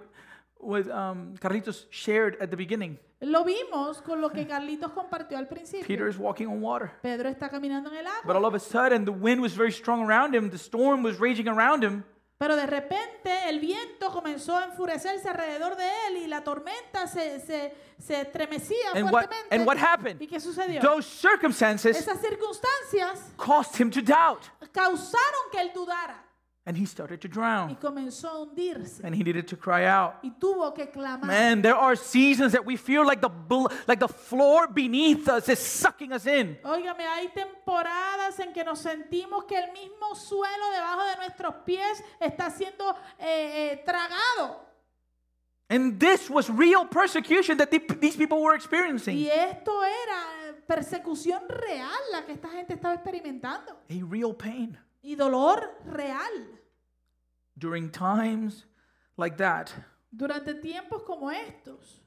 Speaker 1: what um, Carlitos shared at the beginning.
Speaker 2: Lo vimos con lo que Carlitos compartió al principio.
Speaker 1: Peter is walking on water.
Speaker 2: Pedro está caminando en el agua,
Speaker 1: But all of a sudden, the wind was very strong around him, the storm was raging around him.
Speaker 2: pero de repente el viento comenzó a enfurecerse alrededor de él y la tormenta se, se, se estremecía
Speaker 1: And what,
Speaker 2: fuertemente.
Speaker 1: and what
Speaker 2: ¿Y
Speaker 1: happened?
Speaker 2: qué sucedió?
Speaker 1: Those circumstances
Speaker 2: Esas circunstancias
Speaker 1: caused him to doubt.
Speaker 2: causaron que él dudara
Speaker 1: And he started to
Speaker 2: y
Speaker 1: drown.
Speaker 2: comenzó a hundirse
Speaker 1: And he needed to cry out.
Speaker 2: y tuvo que clamar.
Speaker 1: Man, there are seasons that we feel like the, bl- like the floor beneath us is sucking us in.
Speaker 2: Óigame, hay temporadas en que nos sentimos que el mismo suelo debajo de nuestros pies está siendo eh, eh, tragado.
Speaker 1: And this was real persecution that the- these people were experiencing.
Speaker 2: Y esto era eh, persecución real la que esta gente estaba experimentando.
Speaker 1: A real pain.
Speaker 2: Y dolor real.
Speaker 1: During times like that,
Speaker 2: Durante tiempos como estos,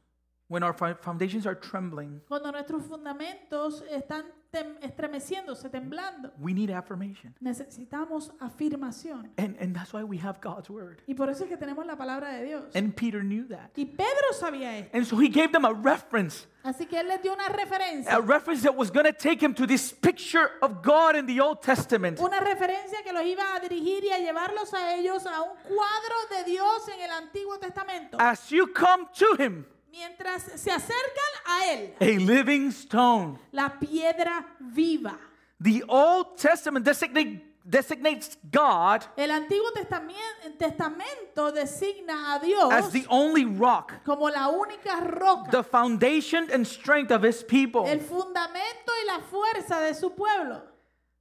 Speaker 1: when our fo- foundations are trembling,
Speaker 2: cuando nuestros fundamentos están tem- estremeciéndose, temblando,
Speaker 1: we need affirmation.
Speaker 2: necesitamos afirmación.
Speaker 1: And, and that's why we have God's word.
Speaker 2: Y por eso es que tenemos la palabra de Dios.
Speaker 1: And Peter knew that.
Speaker 2: Y Pedro sabía esto.
Speaker 1: And so he gave them a reference,
Speaker 2: Así que él les dio una referencia.
Speaker 1: a reference that was going to take him to this picture of God in the Old Testament.
Speaker 2: Una referencia que los iba a dirigir y a llevarlos a ellos a un cuadro de Dios en el Antiguo Testamento.
Speaker 1: As you come to him,
Speaker 2: Mientras se acercan a Él,
Speaker 1: a living stone.
Speaker 2: la piedra viva.
Speaker 1: The Old Testament designate, designates God
Speaker 2: El Antiguo Testamien- Testamento designa a Dios
Speaker 1: as the only rock
Speaker 2: como la única roca,
Speaker 1: the foundation and strength of his people.
Speaker 2: el fundamento y la fuerza de su pueblo.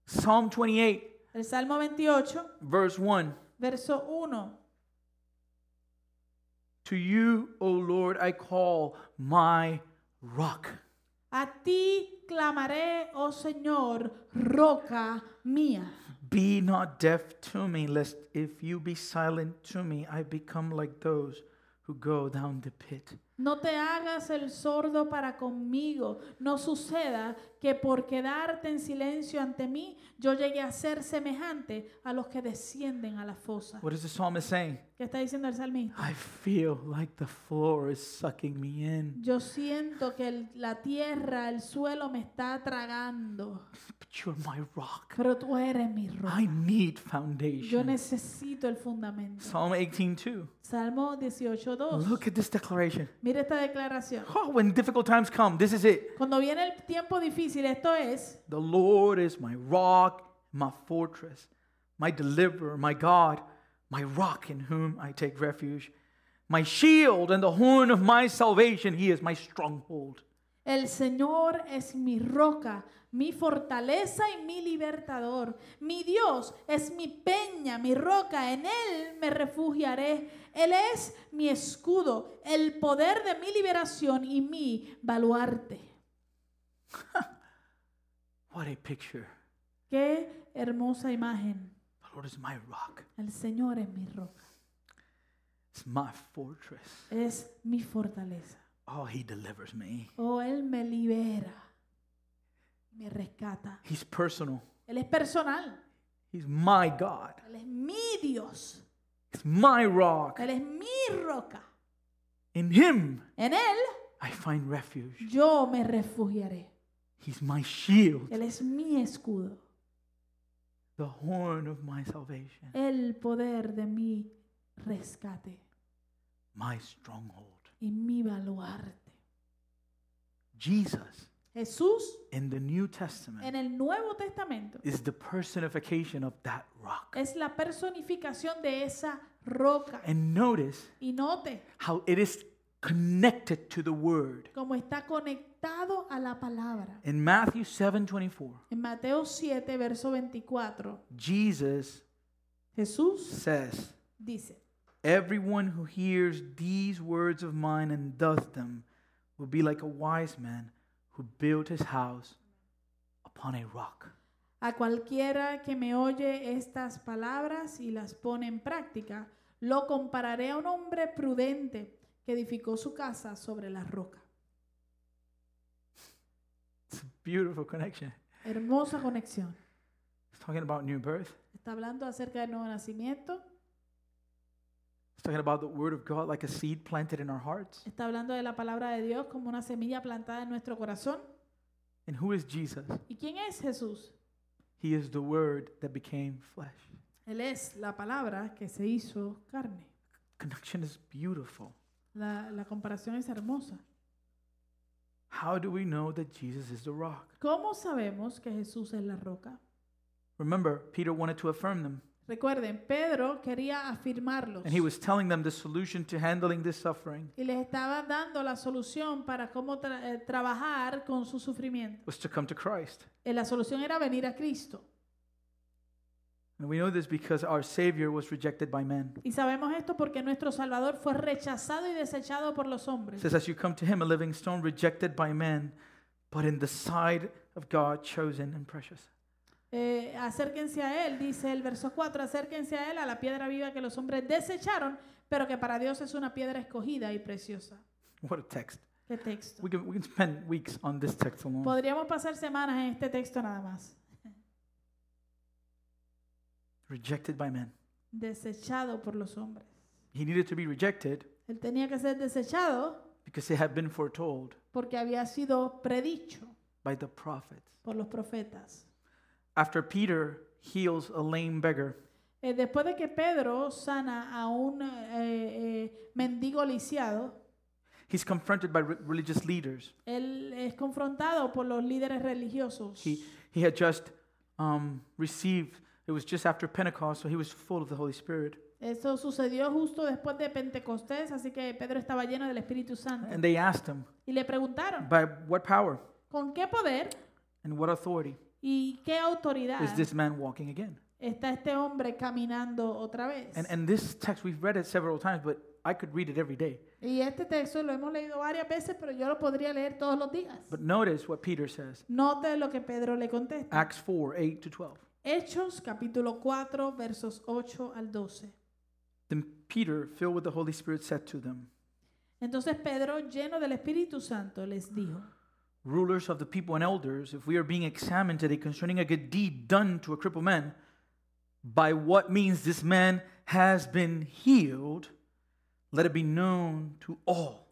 Speaker 1: Psalm 28,
Speaker 2: El Salmo 28,
Speaker 1: verse 1.
Speaker 2: verso 1.
Speaker 1: To you, O Lord, I call my rock.
Speaker 2: A ti clamaré, oh Señor, roca mía.
Speaker 1: Be not deaf to me, lest if you be silent to me, I become like those who go down the pit.
Speaker 2: No te hagas el sordo para conmigo. No suceda que por quedarte en silencio ante mí, yo llegue a ser semejante a los que descienden a la fosa.
Speaker 1: What is the psalmist saying?
Speaker 2: ¿Qué está diciendo el salmista?
Speaker 1: I feel like the floor is sucking me in.
Speaker 2: Yo siento que el- la tierra, el suelo me está tragando,
Speaker 1: But you're my rock.
Speaker 2: pero tú eres mi roca.
Speaker 1: I need
Speaker 2: Yo
Speaker 1: foundation.
Speaker 2: necesito el fundamento.
Speaker 1: Psalm 18:2.
Speaker 2: Salmo 18.2.
Speaker 1: Look at this declaration.
Speaker 2: Mira esta declaración.
Speaker 1: Oh, when difficult times come, this is it.
Speaker 2: Cuando viene el tiempo difícil, esto es,
Speaker 1: The Lord is my rock, my fortress, my deliverer, my God, my rock in whom I take refuge, my shield and the horn of my salvation. He is my stronghold.
Speaker 2: El Señor es mi roca, mi fortaleza y mi libertador. Mi Dios es mi peña, mi roca, en Él me refugiaré. Él es mi escudo, el poder de mi liberación y mi baluarte.
Speaker 1: What a picture.
Speaker 2: Qué hermosa imagen.
Speaker 1: The Lord is my rock,
Speaker 2: El Señor es mi roca,
Speaker 1: it's my fortress.
Speaker 2: es mi fortaleza.
Speaker 1: Oh, He delivers me.
Speaker 2: Oh, Él me libera, me rescata.
Speaker 1: He's personal.
Speaker 2: Él es personal,
Speaker 1: He's my God.
Speaker 2: Él es mi Dios,
Speaker 1: He's my rock.
Speaker 2: Él es mi roca.
Speaker 1: In Him,
Speaker 2: En Él
Speaker 1: I find refuge.
Speaker 2: yo me refugiaré.
Speaker 1: He's my shield,
Speaker 2: Él es mi escudo,
Speaker 1: the horn of my salvation,
Speaker 2: el poder de mi rescate
Speaker 1: my stronghold.
Speaker 2: y mi baluarte.
Speaker 1: Jesus
Speaker 2: Jesús
Speaker 1: in the New
Speaker 2: en
Speaker 1: Testament
Speaker 2: el Nuevo Testamento
Speaker 1: is the personification of that rock.
Speaker 2: es la personificación de esa roca.
Speaker 1: And notice
Speaker 2: Y note
Speaker 1: how it is connected to the word.
Speaker 2: cómo está conectado a la palabra.
Speaker 1: In Matthew 7:24,
Speaker 2: En Mateo 7, verso 24,
Speaker 1: Jesus
Speaker 2: Jesús
Speaker 1: says,
Speaker 2: dice,
Speaker 1: Everyone who hears these words of mine and does them will be like a wise man who built his house upon a rock.
Speaker 2: a cualquiera que me oye estas palabras y las pone en práctica, lo compararé a un hombre prudente que edificó su casa sobre la roca.
Speaker 1: It's a beautiful connection.
Speaker 2: Hermosa conexión.
Speaker 1: It's talking about new birth.
Speaker 2: Está hablando acerca del nuevo nacimiento,
Speaker 1: It's talking about the word of God like a seed planted in our hearts.
Speaker 2: está hablando de la palabra de Dios como una semilla plantada en nuestro corazón.
Speaker 1: And who is Jesus?
Speaker 2: ¿Y quién es Jesús?
Speaker 1: He is the word that became flesh.
Speaker 2: Él es la palabra que se hizo carne.
Speaker 1: Connection is beautiful.
Speaker 2: La, la comparación es hermosa.
Speaker 1: How do we know that Jesus is the rock?
Speaker 2: ¿Cómo sabemos que Jesús es la roca?
Speaker 1: Remember, Peter wanted to affirm them,
Speaker 2: Recuerden, Pedro quería afirmarlos
Speaker 1: and he was telling them the solution to handling this suffering
Speaker 2: y les estaba dando la solución para cómo tra- eh, trabajar con su sufrimiento.
Speaker 1: was to come to Christ.
Speaker 2: Eh, la solución era venir a Cristo.
Speaker 1: And we know this because our Savior was rejected by men.
Speaker 2: Y sabemos esto porque nuestro Salvador fue rechazado y desechado por los
Speaker 1: It
Speaker 2: hombres.
Speaker 1: says, As you come to him, a living stone rejected by men, but in the sight of God, chosen and precious.
Speaker 2: Eh, acérquense a Él, dice el verso 4, acérquense a Él, a la piedra viva que los hombres desecharon, pero que para Dios es una piedra escogida y preciosa.
Speaker 1: What a text.
Speaker 2: ¿Qué texto?
Speaker 1: We can, we can spend weeks on this text alone.
Speaker 2: Podríamos pasar semanas en este texto nada más.
Speaker 1: Rejected by men.
Speaker 2: Desechado por los hombres.
Speaker 1: He needed to be rejected
Speaker 2: Él tenía que ser desechado
Speaker 1: because it had been foretold
Speaker 2: porque había sido predicho
Speaker 1: by the prophets.
Speaker 2: por los profetas.
Speaker 1: After Peter heals a lame beggar,
Speaker 2: Eh, después de que Pedro sana a un eh, eh, mendigo lisiado,
Speaker 1: he's confronted by re- religious leaders.
Speaker 2: él es confrontado por los líderes religiosos.
Speaker 1: He, he had just um, received, it was just after Pentecost, so he was full of the Holy Spirit.
Speaker 2: Eso sucedió justo después de Pentecostés, así que Pedro estaba lleno del Espíritu Santo.
Speaker 1: And they asked him,
Speaker 2: Y le preguntaron,
Speaker 1: By what power
Speaker 2: ¿con qué poder
Speaker 1: and what authority
Speaker 2: y qué autoridad
Speaker 1: is this man walking again?
Speaker 2: está este hombre caminando otra vez?
Speaker 1: And, and this text, we've read it several times, but I could read it every day.
Speaker 2: Y este texto lo hemos leído varias veces, pero yo lo podría leer todos los días.
Speaker 1: But notice what Peter says
Speaker 2: Note lo que Pedro le contesta.
Speaker 1: Acts 4 8 to 12.
Speaker 2: Hechos capítulo 4 versos 8 al 12.
Speaker 1: Then Peter, filled with the Holy Spirit, said to them,
Speaker 2: Entonces Pedro, lleno del Espíritu Santo, les dijo,
Speaker 1: Rulers of the people and elders, if we are being examined today concerning a good deed done to a crippled man, by what means this man has been healed, let it be known to all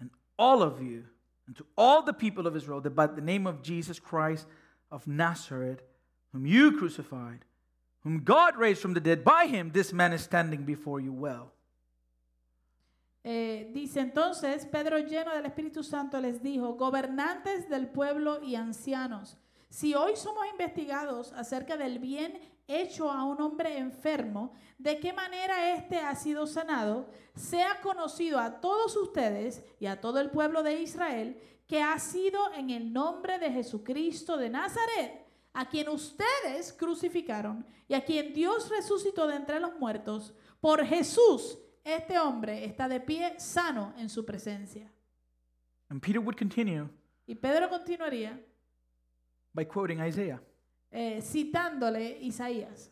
Speaker 1: and all of you and to all the people of Israel that by the name of Jesus Christ of Nazareth, whom you crucified, whom God raised from the dead, by him this man is standing before you well.
Speaker 2: eh, dice entonces, Pedro, lleno del Espíritu Santo, les dijo, gobernantes del pueblo y ancianos, si hoy somos investigados acerca del bien hecho a un hombre enfermo, de qué manera éste ha sido sanado, sea conocido a todos ustedes y a todo el pueblo de Israel que ha sido en el nombre de Jesucristo de Nazaret, a quien ustedes crucificaron y a quien Dios resucitó de entre los muertos, por Jesús este hombre está de pie sano en su presencia.
Speaker 1: And Peter would continue
Speaker 2: Y Pedro continuaría
Speaker 1: by quoting Isaiah
Speaker 2: eh, citándole Isaías.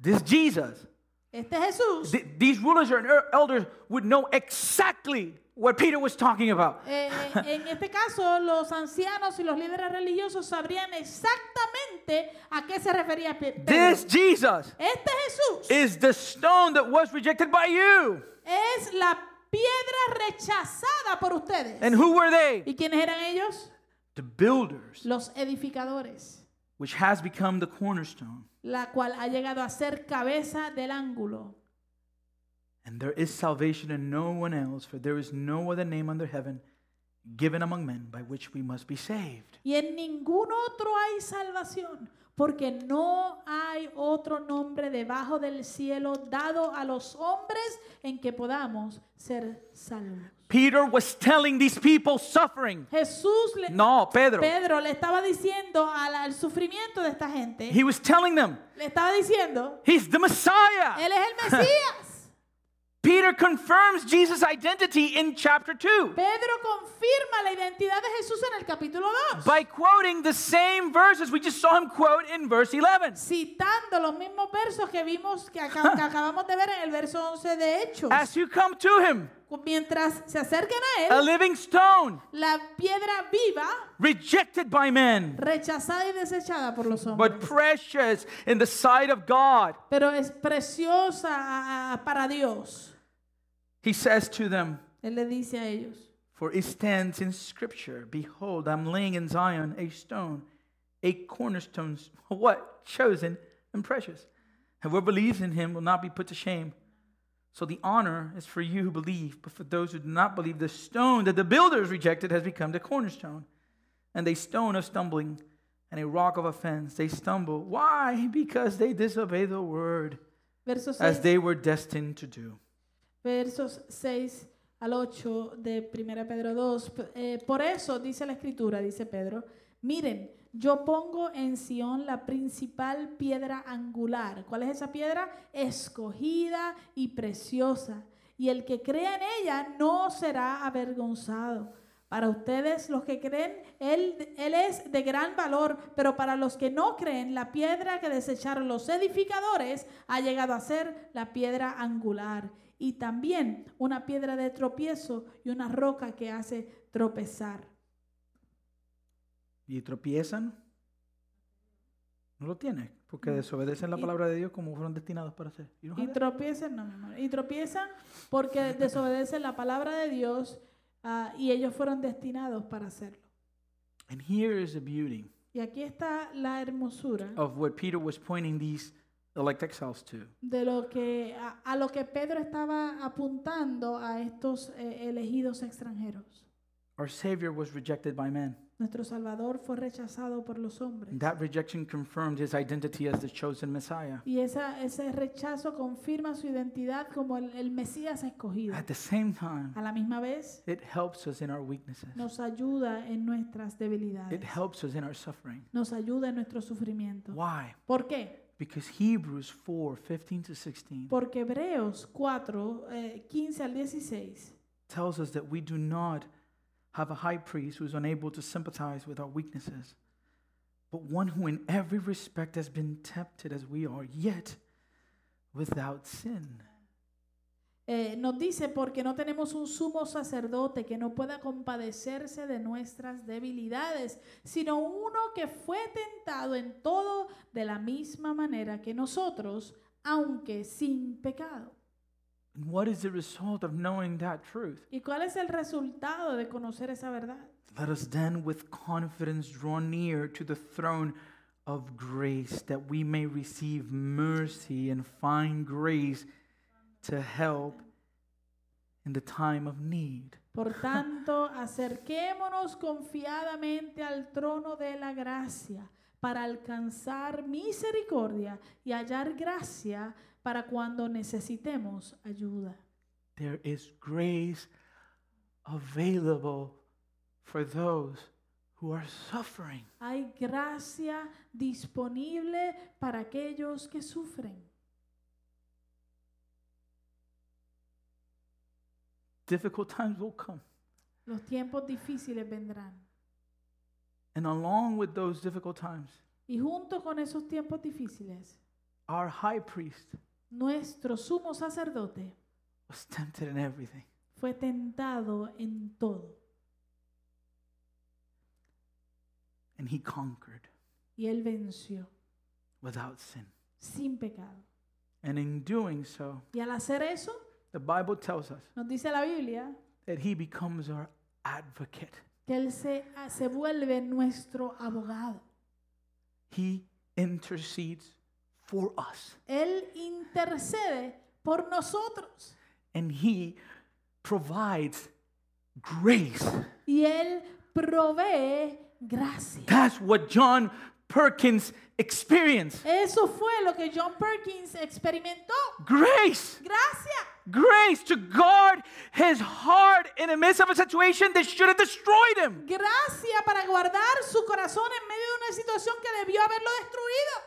Speaker 1: This Jesus.
Speaker 2: Este Jesús,
Speaker 1: Th- these rulers and er- elders would know exactly what Peter was talking about.
Speaker 2: eh, en este caso los ancianos y los líderes religiosos sabrían exactamente a qué se refería Pe- Pedro.
Speaker 1: This Jesus
Speaker 2: Este Jesús
Speaker 1: is the stone that was rejected by you.
Speaker 2: es la piedra rechazada por ustedes.
Speaker 1: And who were they?
Speaker 2: ¿Y quiénes eran ellos?
Speaker 1: The builders,
Speaker 2: Los edificadores,
Speaker 1: which has become the cornerstone.
Speaker 2: la cual ha llegado a ser cabeza del ángulo.
Speaker 1: And there is salvation in no one else, for there is no other name under heaven given among men by which we must be saved.
Speaker 2: Y en ningún otro hay salvación, porque no hay otro nombre debajo del cielo dado a los hombres en que podamos ser salvos.
Speaker 1: Peter was telling these people suffering.
Speaker 2: Jesús le,
Speaker 1: No, Pedro.
Speaker 2: Pedro le estaba diciendo al, al sufrimiento de esta gente,
Speaker 1: He was telling them,
Speaker 2: le estaba diciendo,
Speaker 1: he's the Messiah.
Speaker 2: Él es el Mesías.
Speaker 1: Peter confirms Jesus' identity in chapter 2
Speaker 2: Pedro confirma la identidad de Jesús en el capítulo 2,
Speaker 1: by quoting the same verses we just saw him quote in verse 11.
Speaker 2: citando los mismos versos que vimos, que, acá- que acabamos de ver en el verso 11 de Hechos.
Speaker 1: As you come to him,
Speaker 2: Mientras se acercan a Él,
Speaker 1: a living stone,
Speaker 2: la piedra viva,
Speaker 1: rejected by men,
Speaker 2: rechazada y desechada por los hombres,
Speaker 1: but precious in the sight of God,
Speaker 2: pero es preciosa a- a- para Dios.
Speaker 1: he says to them,
Speaker 2: Él le dice a ellos,
Speaker 1: For it stands in Scripture, Behold, I'm laying in Zion a stone, a cornerstone, what? Chosen and precious. And whoever believes in him will not be put to shame. So the honor is for you who believe, but for those who do not believe, the stone that the builders rejected has become the cornerstone, and a stone of stumbling and a rock of offense. They stumble. Why? Because they disobey the word,
Speaker 2: versos
Speaker 1: as
Speaker 2: 6,
Speaker 1: they were destined to do.
Speaker 2: versos 6 al 8 de 1 Pedro 2. P- eh, por eso dice la escritura, dice Pedro, miren, yo pongo en Sión la principal piedra angular. ¿Cuál es esa piedra? Escogida y preciosa. Y el que crea en ella no será avergonzado. Para ustedes, los que creen, él, él es de gran valor, pero para los que no creen, la piedra que desecharon los edificadores ha llegado a ser la piedra angular y también una piedra de tropiezo y una roca que hace tropezar.
Speaker 1: y tropiezan, no lo tienen, porque
Speaker 2: No.
Speaker 1: desobedecen la
Speaker 2: Y-
Speaker 1: palabra de Dios como fueron destinados para hacer. You don't
Speaker 2: Y
Speaker 1: have that?
Speaker 2: tropiezan, no, mi amor, y tropiezan porque desobedecen la palabra de Dios ah, y ellos fueron destinados para hacerlo.
Speaker 1: And here is the beauty
Speaker 2: Y aquí está la hermosura
Speaker 1: of what Peter was pointing these elect exiles to.
Speaker 2: de lo que a, a lo que Pedro estaba apuntando a estos eh, elegidos extranjeros.
Speaker 1: Our Savior was rejected by men.
Speaker 2: Nuestro Salvador fue rechazado por los hombres.
Speaker 1: And that rejection confirmed his identity as the chosen Messiah.
Speaker 2: Y esa, ese rechazo confirma su identidad como el, el Mesías escogido.
Speaker 1: At the same time,
Speaker 2: A la misma vez,
Speaker 1: it helps us in our weaknesses,
Speaker 2: nos ayuda en nuestras debilidades.
Speaker 1: it helps us in our suffering.
Speaker 2: Nos ayuda en nuestro sufrimiento.
Speaker 1: Why?
Speaker 2: ¿Por qué?
Speaker 1: Because Hebrews 4 15 to 16
Speaker 2: Porque Hebreos 4, eh, 15 al 16
Speaker 1: tells us that we do not have a high priest who is unable to sympathize with our weaknesses, but one who in every respect has been tempted as we are, yet without sin.
Speaker 2: eh, nos dice, porque no tenemos un sumo sacerdote que no pueda compadecerse de nuestras debilidades, sino uno que fue tentado en todo de la misma manera que nosotros, aunque sin pecado.
Speaker 1: And what is the result of knowing that truth?
Speaker 2: ¿Y cuál es el resultado de conocer esa verdad?
Speaker 1: Let us then with confidence draw near to the throne of grace that we may receive mercy and find grace to help in the time of need.
Speaker 2: Por tanto, acerquémonos confiadamente al trono de la gracia para alcanzar misericordia y hallar gracia para cuando necesitemos ayuda.
Speaker 1: there is grace available for those who are suffering.
Speaker 2: Hay gracia disponible para aquellos que sufren.
Speaker 1: Difficult times will come.
Speaker 2: Los tiempos difíciles vendrán.
Speaker 1: And along with those difficult times,
Speaker 2: Y junto con esos tiempos difíciles,
Speaker 1: our high priest
Speaker 2: nuestro sumo sacerdote
Speaker 1: was tempted in everything,
Speaker 2: fue tentado en todo
Speaker 1: and he conquered
Speaker 2: y él venció
Speaker 1: without sin.
Speaker 2: sin pecado.
Speaker 1: And in doing so,
Speaker 2: Y al hacer eso,
Speaker 1: the the Bible tells us
Speaker 2: Nos dice la Biblia
Speaker 1: that he becomes our advocate.
Speaker 2: que Él se, ah, se vuelve nuestro abogado.
Speaker 1: He intercedes for us
Speaker 2: Él intercede por nosotros
Speaker 1: and he provides grace.
Speaker 2: y Él provee gracia.
Speaker 1: That's what John Perkins experienced.
Speaker 2: Eso fue lo que John Perkins experimentó.
Speaker 1: Grace,
Speaker 2: Gracia.
Speaker 1: grace to guard his heart in the midst of a situation that should have destroyed him.
Speaker 2: Gracia para guardar su corazón en medio de una situación que debió haberlo destruido.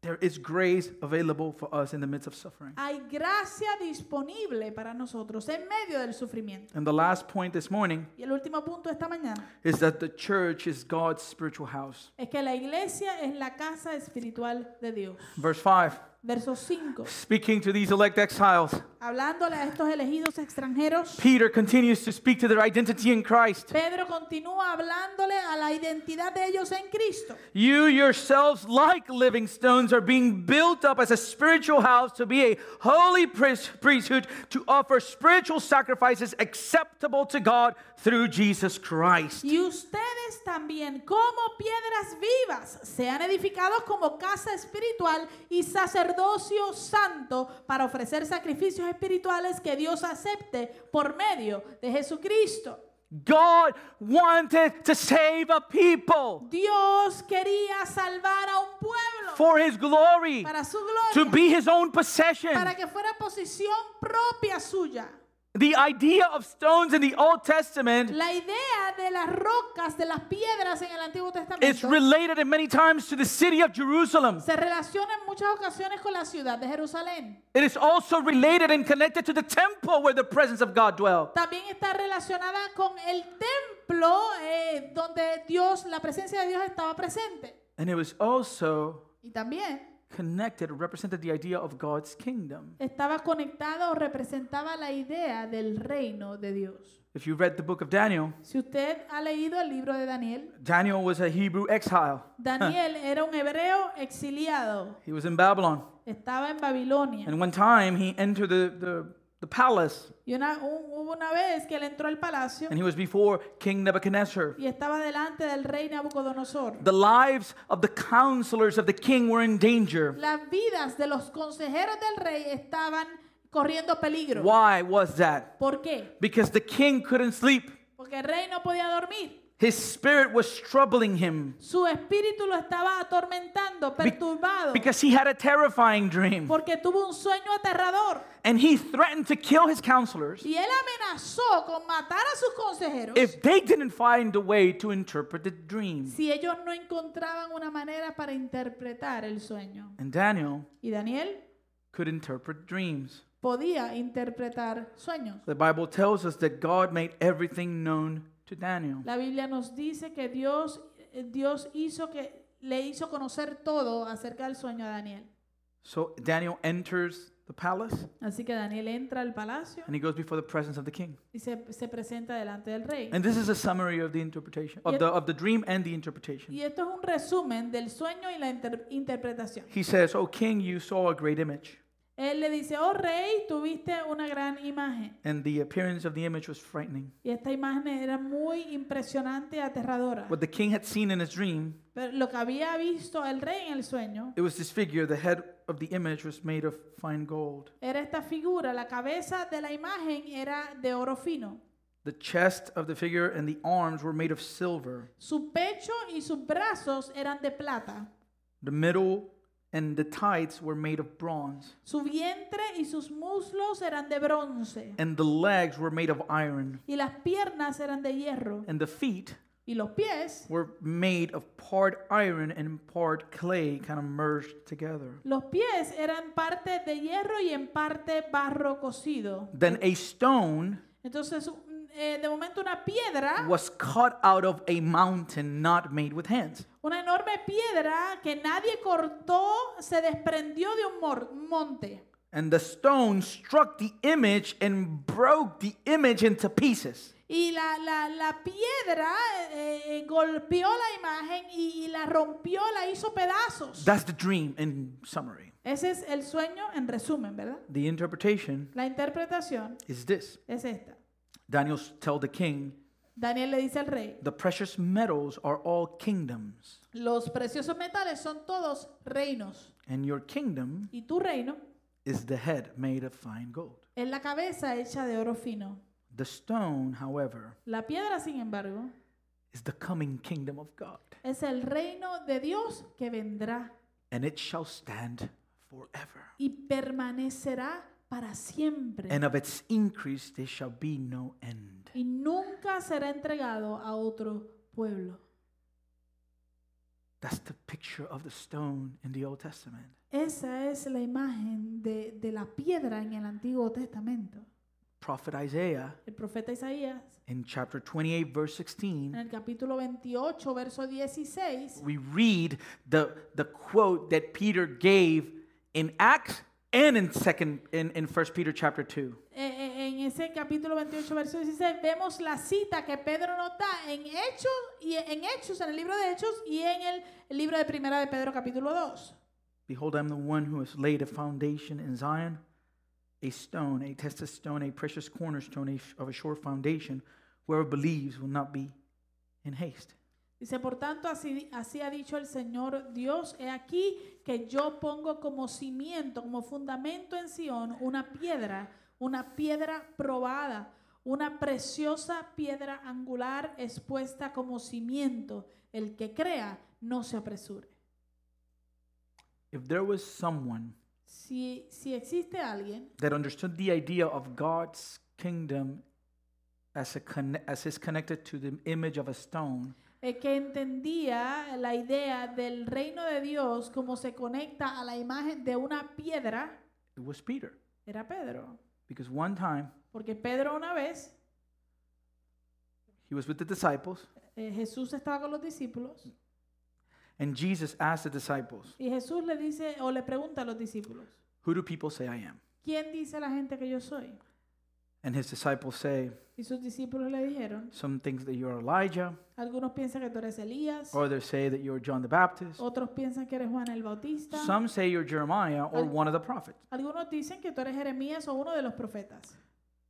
Speaker 1: There is grace available for us in the midst of suffering.
Speaker 2: Hay gracia disponible para nosotros en medio del sufrimiento.
Speaker 1: And the last point this morning
Speaker 2: Y el último punto esta mañana
Speaker 1: is that the church is God's spiritual house.
Speaker 2: es que la iglesia es la casa espiritual de Dios.
Speaker 1: Verse 5
Speaker 2: Verso 5.
Speaker 1: Speaking to these elect exiles,
Speaker 2: Hablándole a estos elegidos extranjeros,
Speaker 1: Peter continues to speak to their identity in Christ.
Speaker 2: Pedro continúa hablándole a la identidad de ellos en Cristo.
Speaker 1: You yourselves, like living stones, are being built up as a spiritual house to be a holy priest- priesthood to offer spiritual sacrifices acceptable to God through Jesus Christ.
Speaker 2: Y ustedes también, como piedras vivas, sean edificados como casa espiritual y sacerdocio santo para ofrecer sacrificios espirituales que Dios acepte por medio de Jesucristo.
Speaker 1: God wanted to save a people
Speaker 2: Dios quería salvar a un pueblo
Speaker 1: for his glory,
Speaker 2: para su
Speaker 1: to
Speaker 2: gloria,
Speaker 1: be his own possession.
Speaker 2: para que fuera posición propia suya.
Speaker 1: The idea of stones in the Old Testament
Speaker 2: La idea de las rocas, de las piedras en el Antiguo
Speaker 1: is
Speaker 2: Testamento
Speaker 1: related many times to the city of Jerusalem.
Speaker 2: se relaciona en muchas ocasiones con la ciudad de Jerusalén.
Speaker 1: It is also related and connected to the temple where the presence of God dwelt.
Speaker 2: También está relacionada con el templo eh, donde Dios, la presencia de Dios estaba presente.
Speaker 1: And it was also
Speaker 2: Y también
Speaker 1: connected, represented the idea of God's kingdom.
Speaker 2: estaba conectada o representaba la idea del reino de Dios.
Speaker 1: If you read the book of Daniel,
Speaker 2: Si usted ha leído el libro de Daniel,
Speaker 1: Daniel was a Hebrew exile.
Speaker 2: Daniel era un hebreo exiliado,
Speaker 1: He was in Babylon.
Speaker 2: estaba en Babilonia.
Speaker 1: And one time he entered the, the, the palace
Speaker 2: Y una, un- hubo una vez que él entró al palacio
Speaker 1: and he was before King Nebuchadnezzar.
Speaker 2: y estaba delante del rey Nabucodonosor.
Speaker 1: The lives of the counselors of the king were in danger.
Speaker 2: Las vidas de los consejeros del rey estaban corriendo peligro.
Speaker 1: Why was that?
Speaker 2: ¿Por qué?
Speaker 1: Because the king couldn't sleep.
Speaker 2: Porque el rey no podía dormir.
Speaker 1: His spirit was troubling him
Speaker 2: Su espíritu lo estaba atormentando, perturbado,
Speaker 1: because he had a terrifying dream.
Speaker 2: porque tuvo un sueño aterrador.
Speaker 1: And he threatened to kill his counselors
Speaker 2: Y él amenazó con matar a sus consejeros
Speaker 1: if they didn't find a way to interpret the dream.
Speaker 2: si ellos no encontraban una manera para interpretar el sueño.
Speaker 1: And Daniel
Speaker 2: Y Daniel
Speaker 1: could interpret dreams.
Speaker 2: podía interpretar sueños.
Speaker 1: The Bible tells us that God made everything known to Daniel.
Speaker 2: La Biblia nos dice que Dios, eh, Dios hizo que le hizo conocer todo acerca del sueño a Daniel.
Speaker 1: So Daniel enters the palace
Speaker 2: Así que Daniel entra al palacio
Speaker 1: and he goes before the presence of the king.
Speaker 2: y se, se presenta delante del rey.
Speaker 1: And this is a summary of the interpretation of the of the dream and the interpretation.
Speaker 2: Y esto es un resumen del sueño y la inter- interpretación.
Speaker 1: He says, "O king, you saw a great image,
Speaker 2: Él le dice, oh rey, tuviste una gran imagen.
Speaker 1: and the appearance of the image was frightening.
Speaker 2: Y esta imagen era muy impresionante y aterradora.
Speaker 1: What the king had seen in his dream,
Speaker 2: Pero lo que había visto el rey en el sueño
Speaker 1: it was this figure, the head of the image was made of fine gold.
Speaker 2: era esta figura, la cabeza de la imagen era de oro fino.
Speaker 1: The chest of the figure and the arms were made of silver.
Speaker 2: Su pecho y sus brazos eran de plata.
Speaker 1: The middle and the tights were made of bronze,
Speaker 2: Su vientre y sus muslos eran de bronce.
Speaker 1: and the legs were made of iron,
Speaker 2: Y las piernas eran de hierro.
Speaker 1: and the feet
Speaker 2: Y los pies
Speaker 1: were made of part iron and part clay, kind of merged together.
Speaker 2: Los pies eran parte de hierro y en parte barro cocido.
Speaker 1: Then a stone
Speaker 2: Entonces, un- eh, de momento una piedra,
Speaker 1: was cut out of a mountain not made with hands.
Speaker 2: una enorme piedra que nadie cortó, se desprendió de un mor- monte.
Speaker 1: And the stone struck the image and broke the image into pieces.
Speaker 2: Y la, la, la piedra eh, eh, golpeó la imagen y, y la rompió, la hizo pedazos.
Speaker 1: That's the dream in summary.
Speaker 2: Ese es el sueño en resumen, ¿verdad?
Speaker 1: The interpretation
Speaker 2: La interpretación
Speaker 1: is this
Speaker 2: es esta.
Speaker 1: Daniel s- tell the king,
Speaker 2: Daniel le dice al rey,
Speaker 1: the precious metals are all kingdoms,
Speaker 2: los preciosos metales son todos reinos
Speaker 1: and your kingdom
Speaker 2: y tu reino
Speaker 1: is the head made of fine gold.
Speaker 2: es la cabeza hecha de oro fino.
Speaker 1: The stone, however,
Speaker 2: La piedra, sin embargo,
Speaker 1: is the coming kingdom of God,
Speaker 2: es el reino de Dios que vendrá
Speaker 1: and it shall stand forever.
Speaker 2: y permanecerá para siempre.
Speaker 1: And of its increase there shall be no end.
Speaker 2: y nunca será entregado a otro pueblo.
Speaker 1: That's the picture of the stone in the Old Testament.
Speaker 2: Esa es la imagen de, de la piedra en el Antiguo Testamento.
Speaker 1: Prophet Isaiah
Speaker 2: El profeta Isaías,
Speaker 1: in chapter 28, verse
Speaker 2: en
Speaker 1: 16,
Speaker 2: el capítulo 28, verso 16,
Speaker 1: we read the, the quote that Peter gave in Acts and in second in, in 1 Peter chapter 2.
Speaker 2: eh, eh, en ese capítulo 28, verso 16, vemos la cita que Pedro nos da en Hechos, y en Hechos, en el libro de Hechos y en el, libro de Primera de Pedro, capítulo 2.
Speaker 1: Behold, I'm the one who has laid a foundation in Zion, a stone, a tested stone, a precious cornerstone a- of a sure foundation. Whoever believes will not be in haste.
Speaker 2: Dice, por tanto, así, así ha dicho el Señor Dios, he aquí que yo pongo como cimiento, como fundamento en Sión, una piedra, una piedra probada, una preciosa piedra angular expuesta como cimiento. El que crea, no se apresure.
Speaker 1: If there was someone
Speaker 2: Si, si existe alguien
Speaker 1: that understood the idea of God's kingdom as, a conne- as is connected to the image of a stone,
Speaker 2: eh, que entendía la idea del reino de Dios como se conecta a la imagen de una piedra,
Speaker 1: it was Peter.
Speaker 2: era Pedro.
Speaker 1: Because one time
Speaker 2: Porque Pedro una vez
Speaker 1: he was with the disciples,
Speaker 2: Eh, Jesús estaba con los discípulos
Speaker 1: and Jesus asked the disciples,
Speaker 2: y Jesús le dice o le pregunta a los discípulos,
Speaker 1: Who do people say I am?
Speaker 2: ¿quién dice la gente que yo soy?
Speaker 1: And his disciples say,
Speaker 2: Y sus discípulos le dijeron,
Speaker 1: Some think that you're Elijah,
Speaker 2: algunos piensan que tú eres Elías,
Speaker 1: others say that you're John the Baptist,
Speaker 2: otros piensan que eres Juan el Bautista,
Speaker 1: some say you're Jeremiah or
Speaker 2: Al-
Speaker 1: one of the prophets.
Speaker 2: algunos dicen que tú eres Jeremías o uno de los profetas.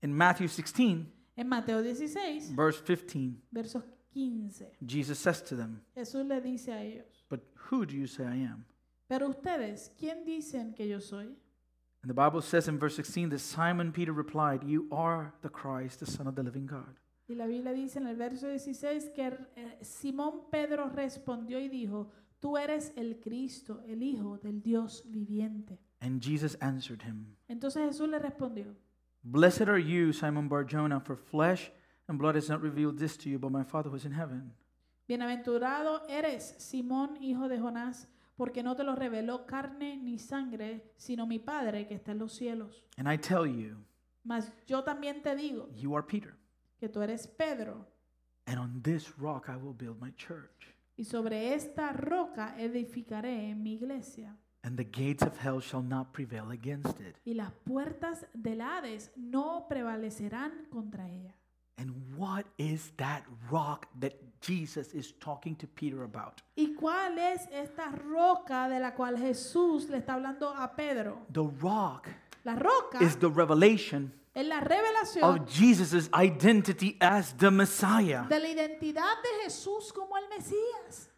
Speaker 1: In Matthew 16,
Speaker 2: En Mateo 16,
Speaker 1: verse 15,
Speaker 2: versos 15,
Speaker 1: Jesus says to them,
Speaker 2: Jesús le dice a ellos,
Speaker 1: But who do you say I am?
Speaker 2: pero ustedes, ¿quién dicen que yo soy?
Speaker 1: And the Bible says in verse 16 that Simon Peter replied, You are the Christ, the Son of the living God.
Speaker 2: Y la Biblia dice en el verso 16 que eh, Simón Pedro respondió y dijo, tú eres el Cristo, el Hijo del Dios viviente.
Speaker 1: And Jesus answered him,
Speaker 2: Entonces Jesús le respondió,
Speaker 1: Blessed are you, Simon Barjona, for flesh and blood has not revealed this to you, but my Father who is in heaven.
Speaker 2: bienaventurado eres Simón, hijo de Jonás, porque no te lo reveló carne ni sangre, sino mi Padre que está en los cielos.
Speaker 1: And I tell you,
Speaker 2: Mas yo también te digo
Speaker 1: you are Peter,
Speaker 2: que tú eres Pedro,
Speaker 1: and on this rock I will build my church,
Speaker 2: y sobre esta roca edificaré mi iglesia.
Speaker 1: and the gates of hell shall not prevail against it.
Speaker 2: y las puertas del Hades no prevalecerán contra ella.
Speaker 1: And what is that rock that Jesus is talking to Peter about?
Speaker 2: ¿Y cuál es esta roca de la cual Jesús le está hablando a Pedro?
Speaker 1: The rock
Speaker 2: La roca
Speaker 1: is the revelation
Speaker 2: es la revelación
Speaker 1: of Jesus' identity as the Messiah.
Speaker 2: de la identidad de Jesús como el Mesías.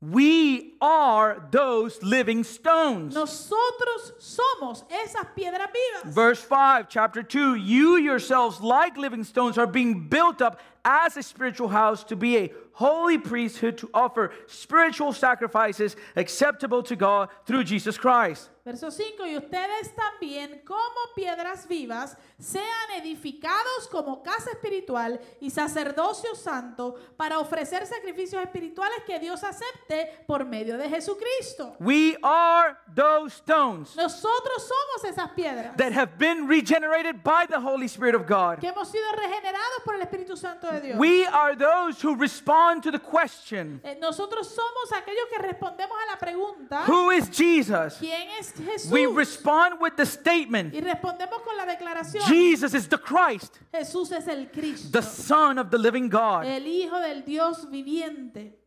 Speaker 1: We are those living stones.
Speaker 2: Nosotros somos esas piedras vivas.
Speaker 1: Verse 5, chapter 2 You yourselves, like living stones, are being built up as a spiritual house to be a holy priesthood to offer spiritual sacrifices acceptable to God through Jesus Christ.
Speaker 2: Verso 5, y ustedes también como piedras vivas sean edificados como casa espiritual y sacerdocio santo para ofrecer sacrificios espirituales que Dios acepte por medio de Jesucristo.
Speaker 1: We are those stones
Speaker 2: Nosotros somos esas piedras
Speaker 1: that have been regenerated by the Holy Spirit of God.
Speaker 2: que hemos sido regenerados por el Espíritu Santo de Dios.
Speaker 1: We are those who respond to the question
Speaker 2: Eh, Nosotros somos aquellos que respondemos a la pregunta,
Speaker 1: Who is Jesus?
Speaker 2: ¿quién es es Jesús.
Speaker 1: we respond with the statement
Speaker 2: y respondemos con la declaración.
Speaker 1: Jesus is the Christ,
Speaker 2: Jesús es el Cristo,
Speaker 1: the Son of the living God.
Speaker 2: el Hijo del Dios viviente.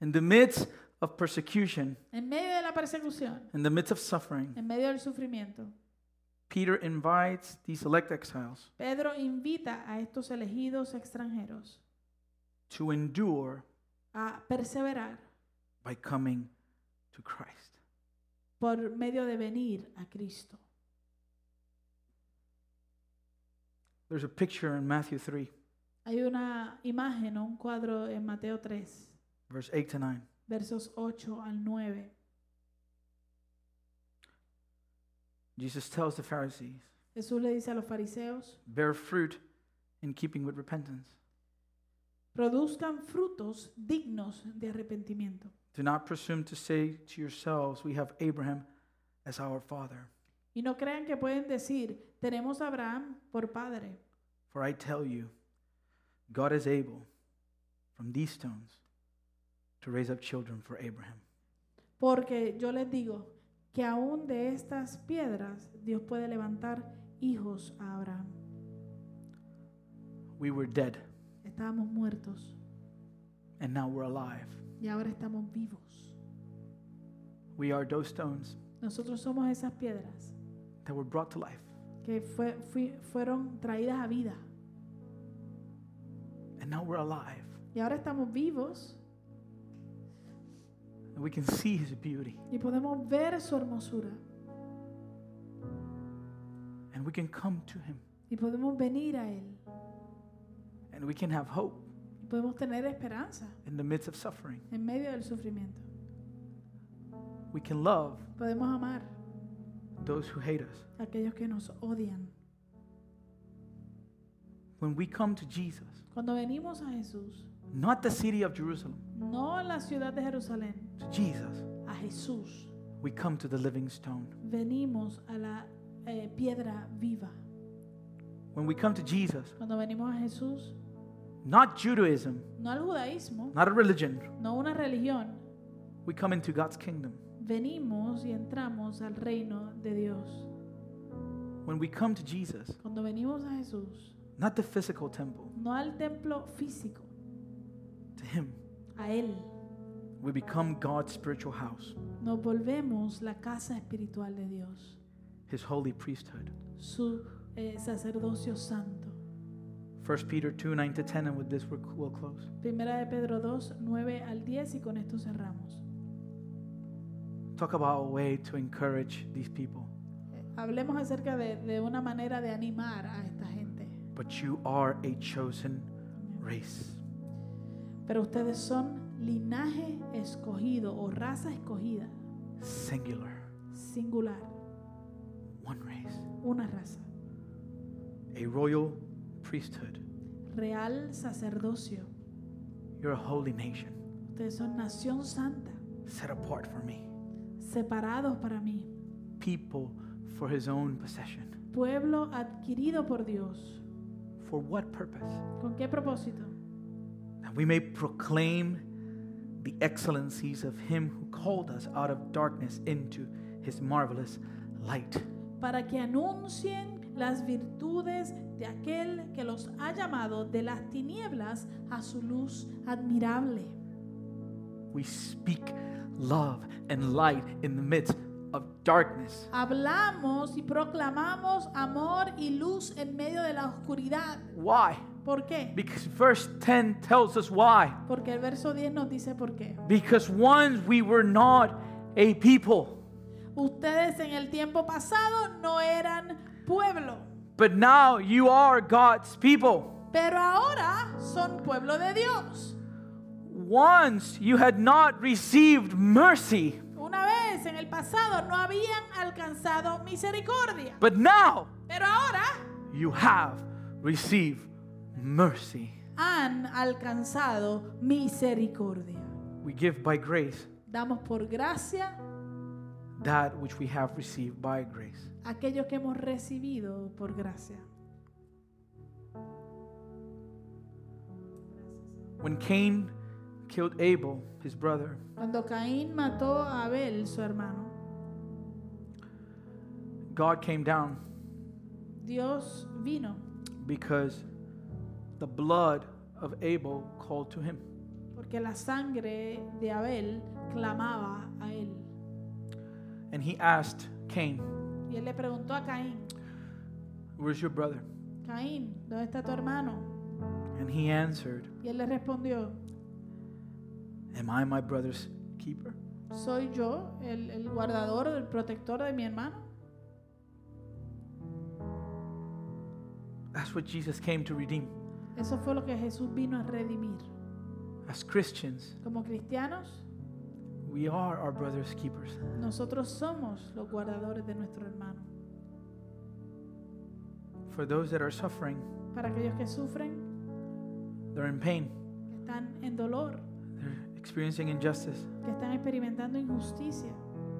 Speaker 1: In the midst of persecution,
Speaker 2: En medio de la persecución,
Speaker 1: in the midst of suffering,
Speaker 2: en medio del sufrimiento,
Speaker 1: Peter invites these elect exiles
Speaker 2: Pedro invita a estos elegidos extranjeros
Speaker 1: to endure
Speaker 2: a perseverar
Speaker 1: by coming to Christ.
Speaker 2: por medio de venir a Cristo.
Speaker 1: There's a picture in Matthew 3,
Speaker 2: Hay una imagen o un cuadro en Mateo 3,
Speaker 1: verse 8 to 9.
Speaker 2: versos 8 al 9.
Speaker 1: Jesus tells the Pharisees,
Speaker 2: Jesús le dice a los fariseos,
Speaker 1: bear fruit in keeping with repentance.
Speaker 2: produzcan frutos dignos de arrepentimiento.
Speaker 1: Do not presume to say to yourselves, We have Abraham as our father.
Speaker 2: Y no crean que pueden decir, tenemos a Abraham por padre,
Speaker 1: For I tell you, God is able from these stones to raise up children for Abraham.
Speaker 2: porque yo les digo que aún de estas piedras Dios puede levantar hijos a Abraham.
Speaker 1: We were dead,
Speaker 2: Estábamos muertos
Speaker 1: and now we're alive.
Speaker 2: y ahora estamos vivos.
Speaker 1: We are those stones
Speaker 2: Nosotros somos esas piedras
Speaker 1: that were brought to life,
Speaker 2: que fue- fui- fueron traídas a vida
Speaker 1: and now we're alive.
Speaker 2: y ahora estamos vivos
Speaker 1: And we can see his beauty,
Speaker 2: y podemos ver su hermosura
Speaker 1: and we can come to him,
Speaker 2: y podemos venir a Él
Speaker 1: and we can have hope
Speaker 2: y podemos tener esperanza
Speaker 1: in the midst of suffering.
Speaker 2: en medio del sufrimiento.
Speaker 1: We can love
Speaker 2: Podemos amar
Speaker 1: those who hate us.
Speaker 2: a aquellos que nos odian.
Speaker 1: When we come to Jesus,
Speaker 2: Cuando venimos a Jesús,
Speaker 1: not the city of Jerusalem,
Speaker 2: no a la ciudad de Jerusalén,
Speaker 1: to Jesus,
Speaker 2: a Jesús,
Speaker 1: we come to the living stone.
Speaker 2: venimos a la eh, piedra viva.
Speaker 1: When we come to Jesus,
Speaker 2: Cuando venimos a Jesús,
Speaker 1: not Judaism,
Speaker 2: no al judaísmo,
Speaker 1: not a religion,
Speaker 2: no a una religión,
Speaker 1: we come into God's kingdom.
Speaker 2: venimos y entramos al reino de Dios.
Speaker 1: When we come to Jesus,
Speaker 2: Cuando venimos a Jesús,
Speaker 1: not the physical temple,
Speaker 2: no al templo físico,
Speaker 1: to Him,
Speaker 2: a Él,
Speaker 1: we become God's spiritual house,
Speaker 2: nos volvemos la casa espiritual de Dios,
Speaker 1: His holy priesthood.
Speaker 2: su eh, sacerdocio santo.
Speaker 1: 1 Peter 2 9 to 10, and with this we're- we'll close.
Speaker 2: Primera de Pedro 2, 9 al 10 y con esto cerramos.
Speaker 1: Talk about a way to encourage these people.
Speaker 2: Hablemos acerca de, de una manera de animar a esta gente.
Speaker 1: But you are a chosen race,
Speaker 2: Pero ustedes son linaje escogido o raza escogida,
Speaker 1: singular,
Speaker 2: singular,
Speaker 1: one race,
Speaker 2: una raza,
Speaker 1: a royal priesthood.
Speaker 2: real sacerdocio.
Speaker 1: You're a holy nation,
Speaker 2: Ustedes son nación santa,
Speaker 1: set apart for me,
Speaker 2: separados para mí,
Speaker 1: people for His own possession.
Speaker 2: pueblo adquirido por Dios.
Speaker 1: For what purpose?
Speaker 2: ¿Con qué propósito?
Speaker 1: That we may proclaim the excellencies of Him who called us out of darkness into His marvelous light.
Speaker 2: Para que anuncien las virtudes de aquel que los ha llamado de las tinieblas a su luz admirable.
Speaker 1: We speak love and light in the midst of darkness.
Speaker 2: Hablamos y proclamamos amor y luz en medio de la oscuridad.
Speaker 1: Why?
Speaker 2: ¿Por qué?
Speaker 1: Because verse 10 tells us why.
Speaker 2: Porque el verso 10 nos dice por qué.
Speaker 1: Because once we were not a people,
Speaker 2: Ustedes en el tiempo pasado no eran pueblo,
Speaker 1: but now you are God's people.
Speaker 2: pero ahora son pueblo de Dios.
Speaker 1: Once you had not received mercy,
Speaker 2: Una vez en el pasado no habían alcanzado misericordia,
Speaker 1: but now
Speaker 2: pero ahora
Speaker 1: you have received mercy.
Speaker 2: han alcanzado misericordia.
Speaker 1: We give by grace
Speaker 2: Damos por gracia
Speaker 1: that which we have received by grace.
Speaker 2: a aquellos que hemos recibido por gracia.
Speaker 1: When Cain killed Abel, his brother,
Speaker 2: Cuando Caín mató a Abel, su hermano,
Speaker 1: God came down
Speaker 2: Dios vino
Speaker 1: because the blood of Abel called to him.
Speaker 2: porque la sangre de Abel clamaba a él.
Speaker 1: And he asked Cain,
Speaker 2: Y él le preguntó a Caín,
Speaker 1: Where's your brother?
Speaker 2: Caín, ¿dónde está tu hermano?
Speaker 1: And he answered,
Speaker 2: Y él le respondió,
Speaker 1: Am I my brother's keeper?
Speaker 2: soy yo, el, el guardador, el protector de mi hermano.
Speaker 1: That's what Jesus came to redeem.
Speaker 2: Eso fue lo que Jesús vino a redimir.
Speaker 1: As Christians,
Speaker 2: Como cristianos,
Speaker 1: we are our brother's keepers.
Speaker 2: nosotros somos los guardadores de nuestro hermano.
Speaker 1: For those that are suffering,
Speaker 2: Para aquellos que sufren,
Speaker 1: they're in pain,
Speaker 2: que están en dolor,
Speaker 1: they're experiencing injustice,
Speaker 2: que están experimentando injusticia,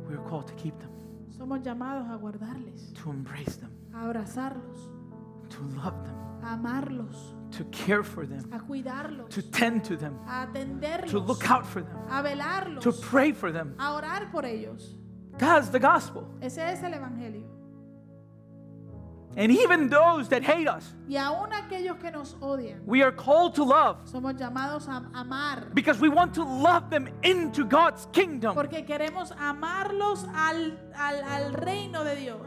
Speaker 1: we're called to keep them,
Speaker 2: somos llamados a guardarles,
Speaker 1: to embrace them,
Speaker 2: a abrazarlos,
Speaker 1: to love them,
Speaker 2: a amarlos,
Speaker 1: to care for them,
Speaker 2: a cuidarlos,
Speaker 1: to tend to them,
Speaker 2: a
Speaker 1: to
Speaker 2: atenderlos,
Speaker 1: look out for them,
Speaker 2: a velarlos,
Speaker 1: to pray for them.
Speaker 2: a orar por ellos.
Speaker 1: That's the gospel.
Speaker 2: Ese es el Evangelio.
Speaker 1: And even those that hate us,
Speaker 2: Y aún aquellos que nos odian,
Speaker 1: we are called to love
Speaker 2: somos llamados a amar.
Speaker 1: because we want to love them into God's kingdom.
Speaker 2: Porque queremos amarlos al, al, al reino de Dios.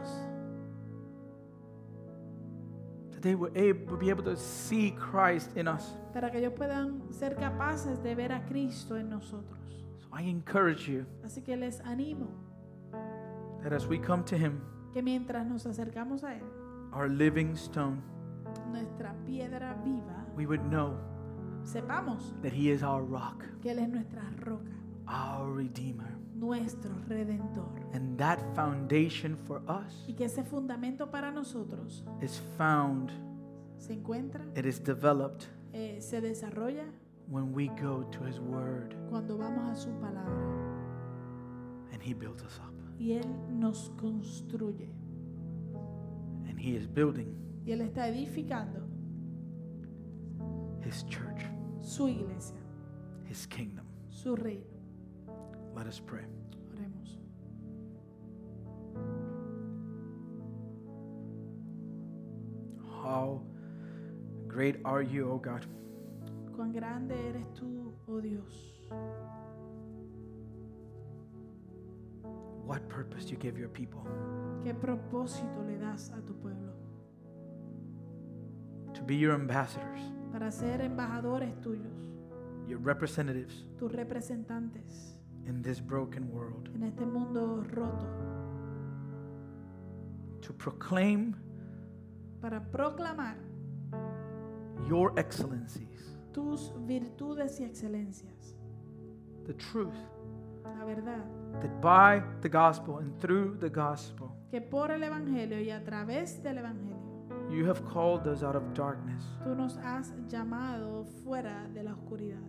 Speaker 1: that they will, ab- will be able to see Christ in us.
Speaker 2: Para que ellos puedan ser capaces de ver a Cristo en nosotros.
Speaker 1: So I encourage you
Speaker 2: Así que les animo
Speaker 1: that as we come to Him,
Speaker 2: que mientras nos acercamos a Él,
Speaker 1: our living stone,
Speaker 2: nuestra piedra viva,
Speaker 1: we would know
Speaker 2: sepamos
Speaker 1: that He is our rock,
Speaker 2: que Él es nuestra roca,
Speaker 1: our Redeemer.
Speaker 2: nuestro redentor.
Speaker 1: And that foundation for us
Speaker 2: Y que ese fundamento para nosotros
Speaker 1: is found,
Speaker 2: se encuentra,
Speaker 1: it is developed
Speaker 2: eh, se desarrolla
Speaker 1: when we go to His Word
Speaker 2: cuando vamos a su palabra.
Speaker 1: and He builds us up.
Speaker 2: Y Él nos construye.
Speaker 1: And He is building
Speaker 2: Y Él está edificando
Speaker 1: His church,
Speaker 2: su iglesia,
Speaker 1: His kingdom.
Speaker 2: su reino.
Speaker 1: Let us pray.
Speaker 2: Oremos.
Speaker 1: How great are you, O God?
Speaker 2: Cuán grande eres tú, oh Dios.
Speaker 1: What purpose you give your people?
Speaker 2: ¿Qué propósito le das a tu pueblo?
Speaker 1: to be your ambassadors,
Speaker 2: Para ser embajadores tuyos,
Speaker 1: your representatives
Speaker 2: tus representantes
Speaker 1: in this broken world,
Speaker 2: en este mundo roto.
Speaker 1: to proclaim
Speaker 2: Para proclamar
Speaker 1: your excellencies,
Speaker 2: tus virtudes y excelencias.
Speaker 1: the truth
Speaker 2: La verdad.
Speaker 1: that by the gospel and through the gospel,
Speaker 2: Que por el Evangelio y a través del Evangelio,
Speaker 1: you have called us out of darkness
Speaker 2: tú nos has llamado fuera de la oscuridad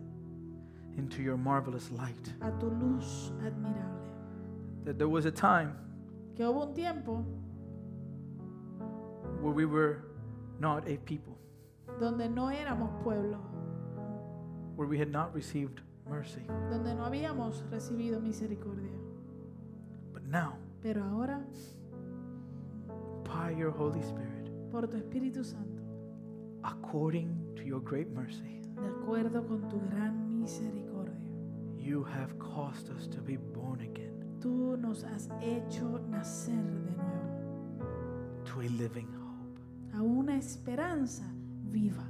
Speaker 1: into your marvelous light.
Speaker 2: a tu luz admirable.
Speaker 1: That there was a time
Speaker 2: Que hubo un tiempo
Speaker 1: where we were not a people,
Speaker 2: donde no éramos pueblo,
Speaker 1: where we had not received mercy.
Speaker 2: donde no habíamos recibido misericordia.
Speaker 1: But now,
Speaker 2: Pero ahora,
Speaker 1: by your Holy Spirit,
Speaker 2: por tu Espíritu Santo,
Speaker 1: according to your great mercy,
Speaker 2: de acuerdo con tu gran misericordia,
Speaker 1: you have caused us to be born again
Speaker 2: tú nos has hecho nacer de nuevo
Speaker 1: to a living hope.
Speaker 2: a una esperanza viva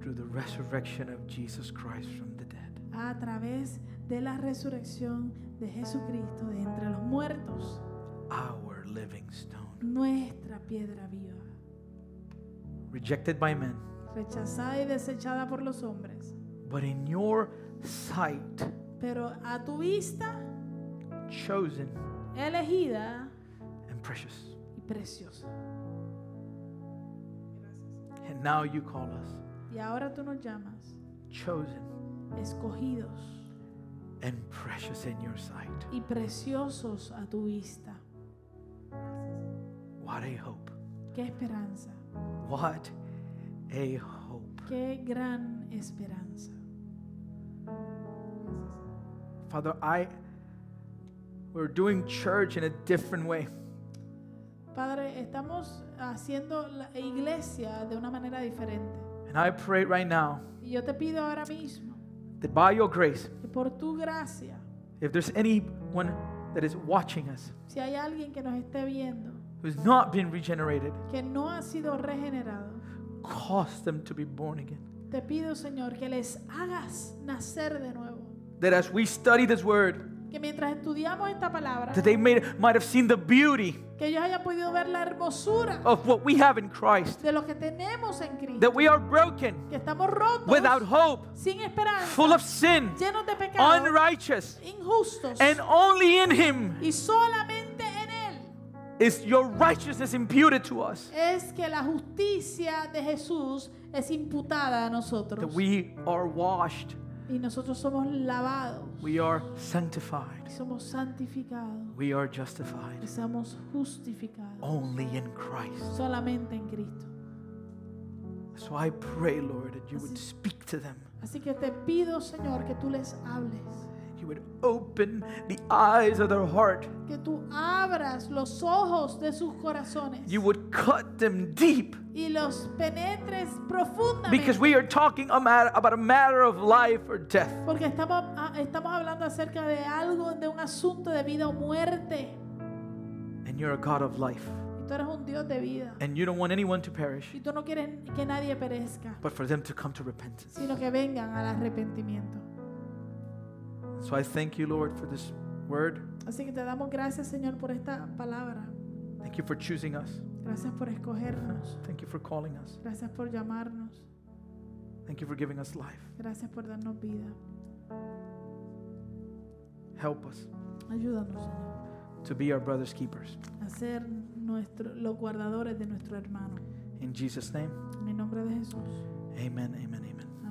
Speaker 1: through the resurrection of Jesus Christ from the dead.
Speaker 2: a través de la resurrección de Jesucristo de entre los muertos,
Speaker 1: Our living stone,
Speaker 2: nuestra piedra viva,
Speaker 1: rejected by men,
Speaker 2: rechazada y desechada por los hombres,
Speaker 1: but in your sight,
Speaker 2: pero a tu vista
Speaker 1: chosen
Speaker 2: elegida
Speaker 1: and precious.
Speaker 2: y preciosa.
Speaker 1: And now you call us
Speaker 2: Y ahora tú nos llamas
Speaker 1: chosen
Speaker 2: escogidos
Speaker 1: and precious in your sight.
Speaker 2: y preciosos a tu vista.
Speaker 1: What a hope!
Speaker 2: Qué esperanza,
Speaker 1: What a hope.
Speaker 2: qué gran esperanza.
Speaker 1: Father, I we're doing church in a different way.
Speaker 2: Padre, estamos haciendo la iglesia de una manera diferente.
Speaker 1: And I pray right now
Speaker 2: Y yo te pido ahora mismo
Speaker 1: that by your grace,
Speaker 2: que por tu gracia,
Speaker 1: if there's anyone that is watching us
Speaker 2: si hay alguien que nos esté viendo,
Speaker 1: who's not been regenerated,
Speaker 2: que no ha sido regenerado,
Speaker 1: cause them to be born again.
Speaker 2: te pido, Señor, que les hagas nacer de nuevo.
Speaker 1: That as we study this word,
Speaker 2: Que mientras estudiamos esta palabra,
Speaker 1: that they may, might have seen the beauty
Speaker 2: que ellos hayan podido ver la hermosura
Speaker 1: of what we have in Christ.
Speaker 2: de lo que tenemos en Cristo,
Speaker 1: That we are broken,
Speaker 2: que estamos rotos,
Speaker 1: without hope,
Speaker 2: sin esperanza,
Speaker 1: full of sin,
Speaker 2: llenos de pecado,
Speaker 1: unrighteous,
Speaker 2: injustos,
Speaker 1: and only in Him
Speaker 2: y solamente en Él
Speaker 1: is your righteousness imputed to us.
Speaker 2: es que la justicia de Jesús es imputada a
Speaker 1: That
Speaker 2: nosotros
Speaker 1: we are washed,
Speaker 2: y nosotros somos lavados,
Speaker 1: we are sanctified,
Speaker 2: y somos santificados,
Speaker 1: we are
Speaker 2: y
Speaker 1: justified
Speaker 2: somos justificados
Speaker 1: only in Christ.
Speaker 2: solamente en Cristo.
Speaker 1: So I pray, Lord, that you would speak to them.
Speaker 2: Así que te pido, Señor, que tú les hables.
Speaker 1: You would open the eyes of their heart.
Speaker 2: que tú abras los ojos de sus corazones
Speaker 1: You would cut them deep
Speaker 2: y los penetres profundamente.
Speaker 1: because we are talking a matter- about a matter of life or death.
Speaker 2: porque estamos, ah, estamos hablando acerca de algo, de un asunto de vida o muerte.
Speaker 1: And you're a God of life.
Speaker 2: Y tú eres un Dios de vida.
Speaker 1: And you don't want anyone to perish,
Speaker 2: Y tú no quieres que nadie perezca,
Speaker 1: but for them to come to repentance.
Speaker 2: sino que vengan al arrepentimiento.
Speaker 1: So I thank you, Lord, for this word.
Speaker 2: Así que te damos gracias, Señor, por esta palabra.
Speaker 1: Thank you for choosing us.
Speaker 2: Gracias por escogernos.
Speaker 1: Thank you for calling us.
Speaker 2: Gracias por llamarnos.
Speaker 1: Thank you for giving us life.
Speaker 2: Gracias por darnos vida.
Speaker 1: Help us
Speaker 2: Ayúdanos, Señor,
Speaker 1: to be our brother's keepers.
Speaker 2: a ser nuestro, los guardadores de nuestro hermano.
Speaker 1: In Jesus' name,
Speaker 2: En el nombre de Jesús.
Speaker 1: amen, amen, amen.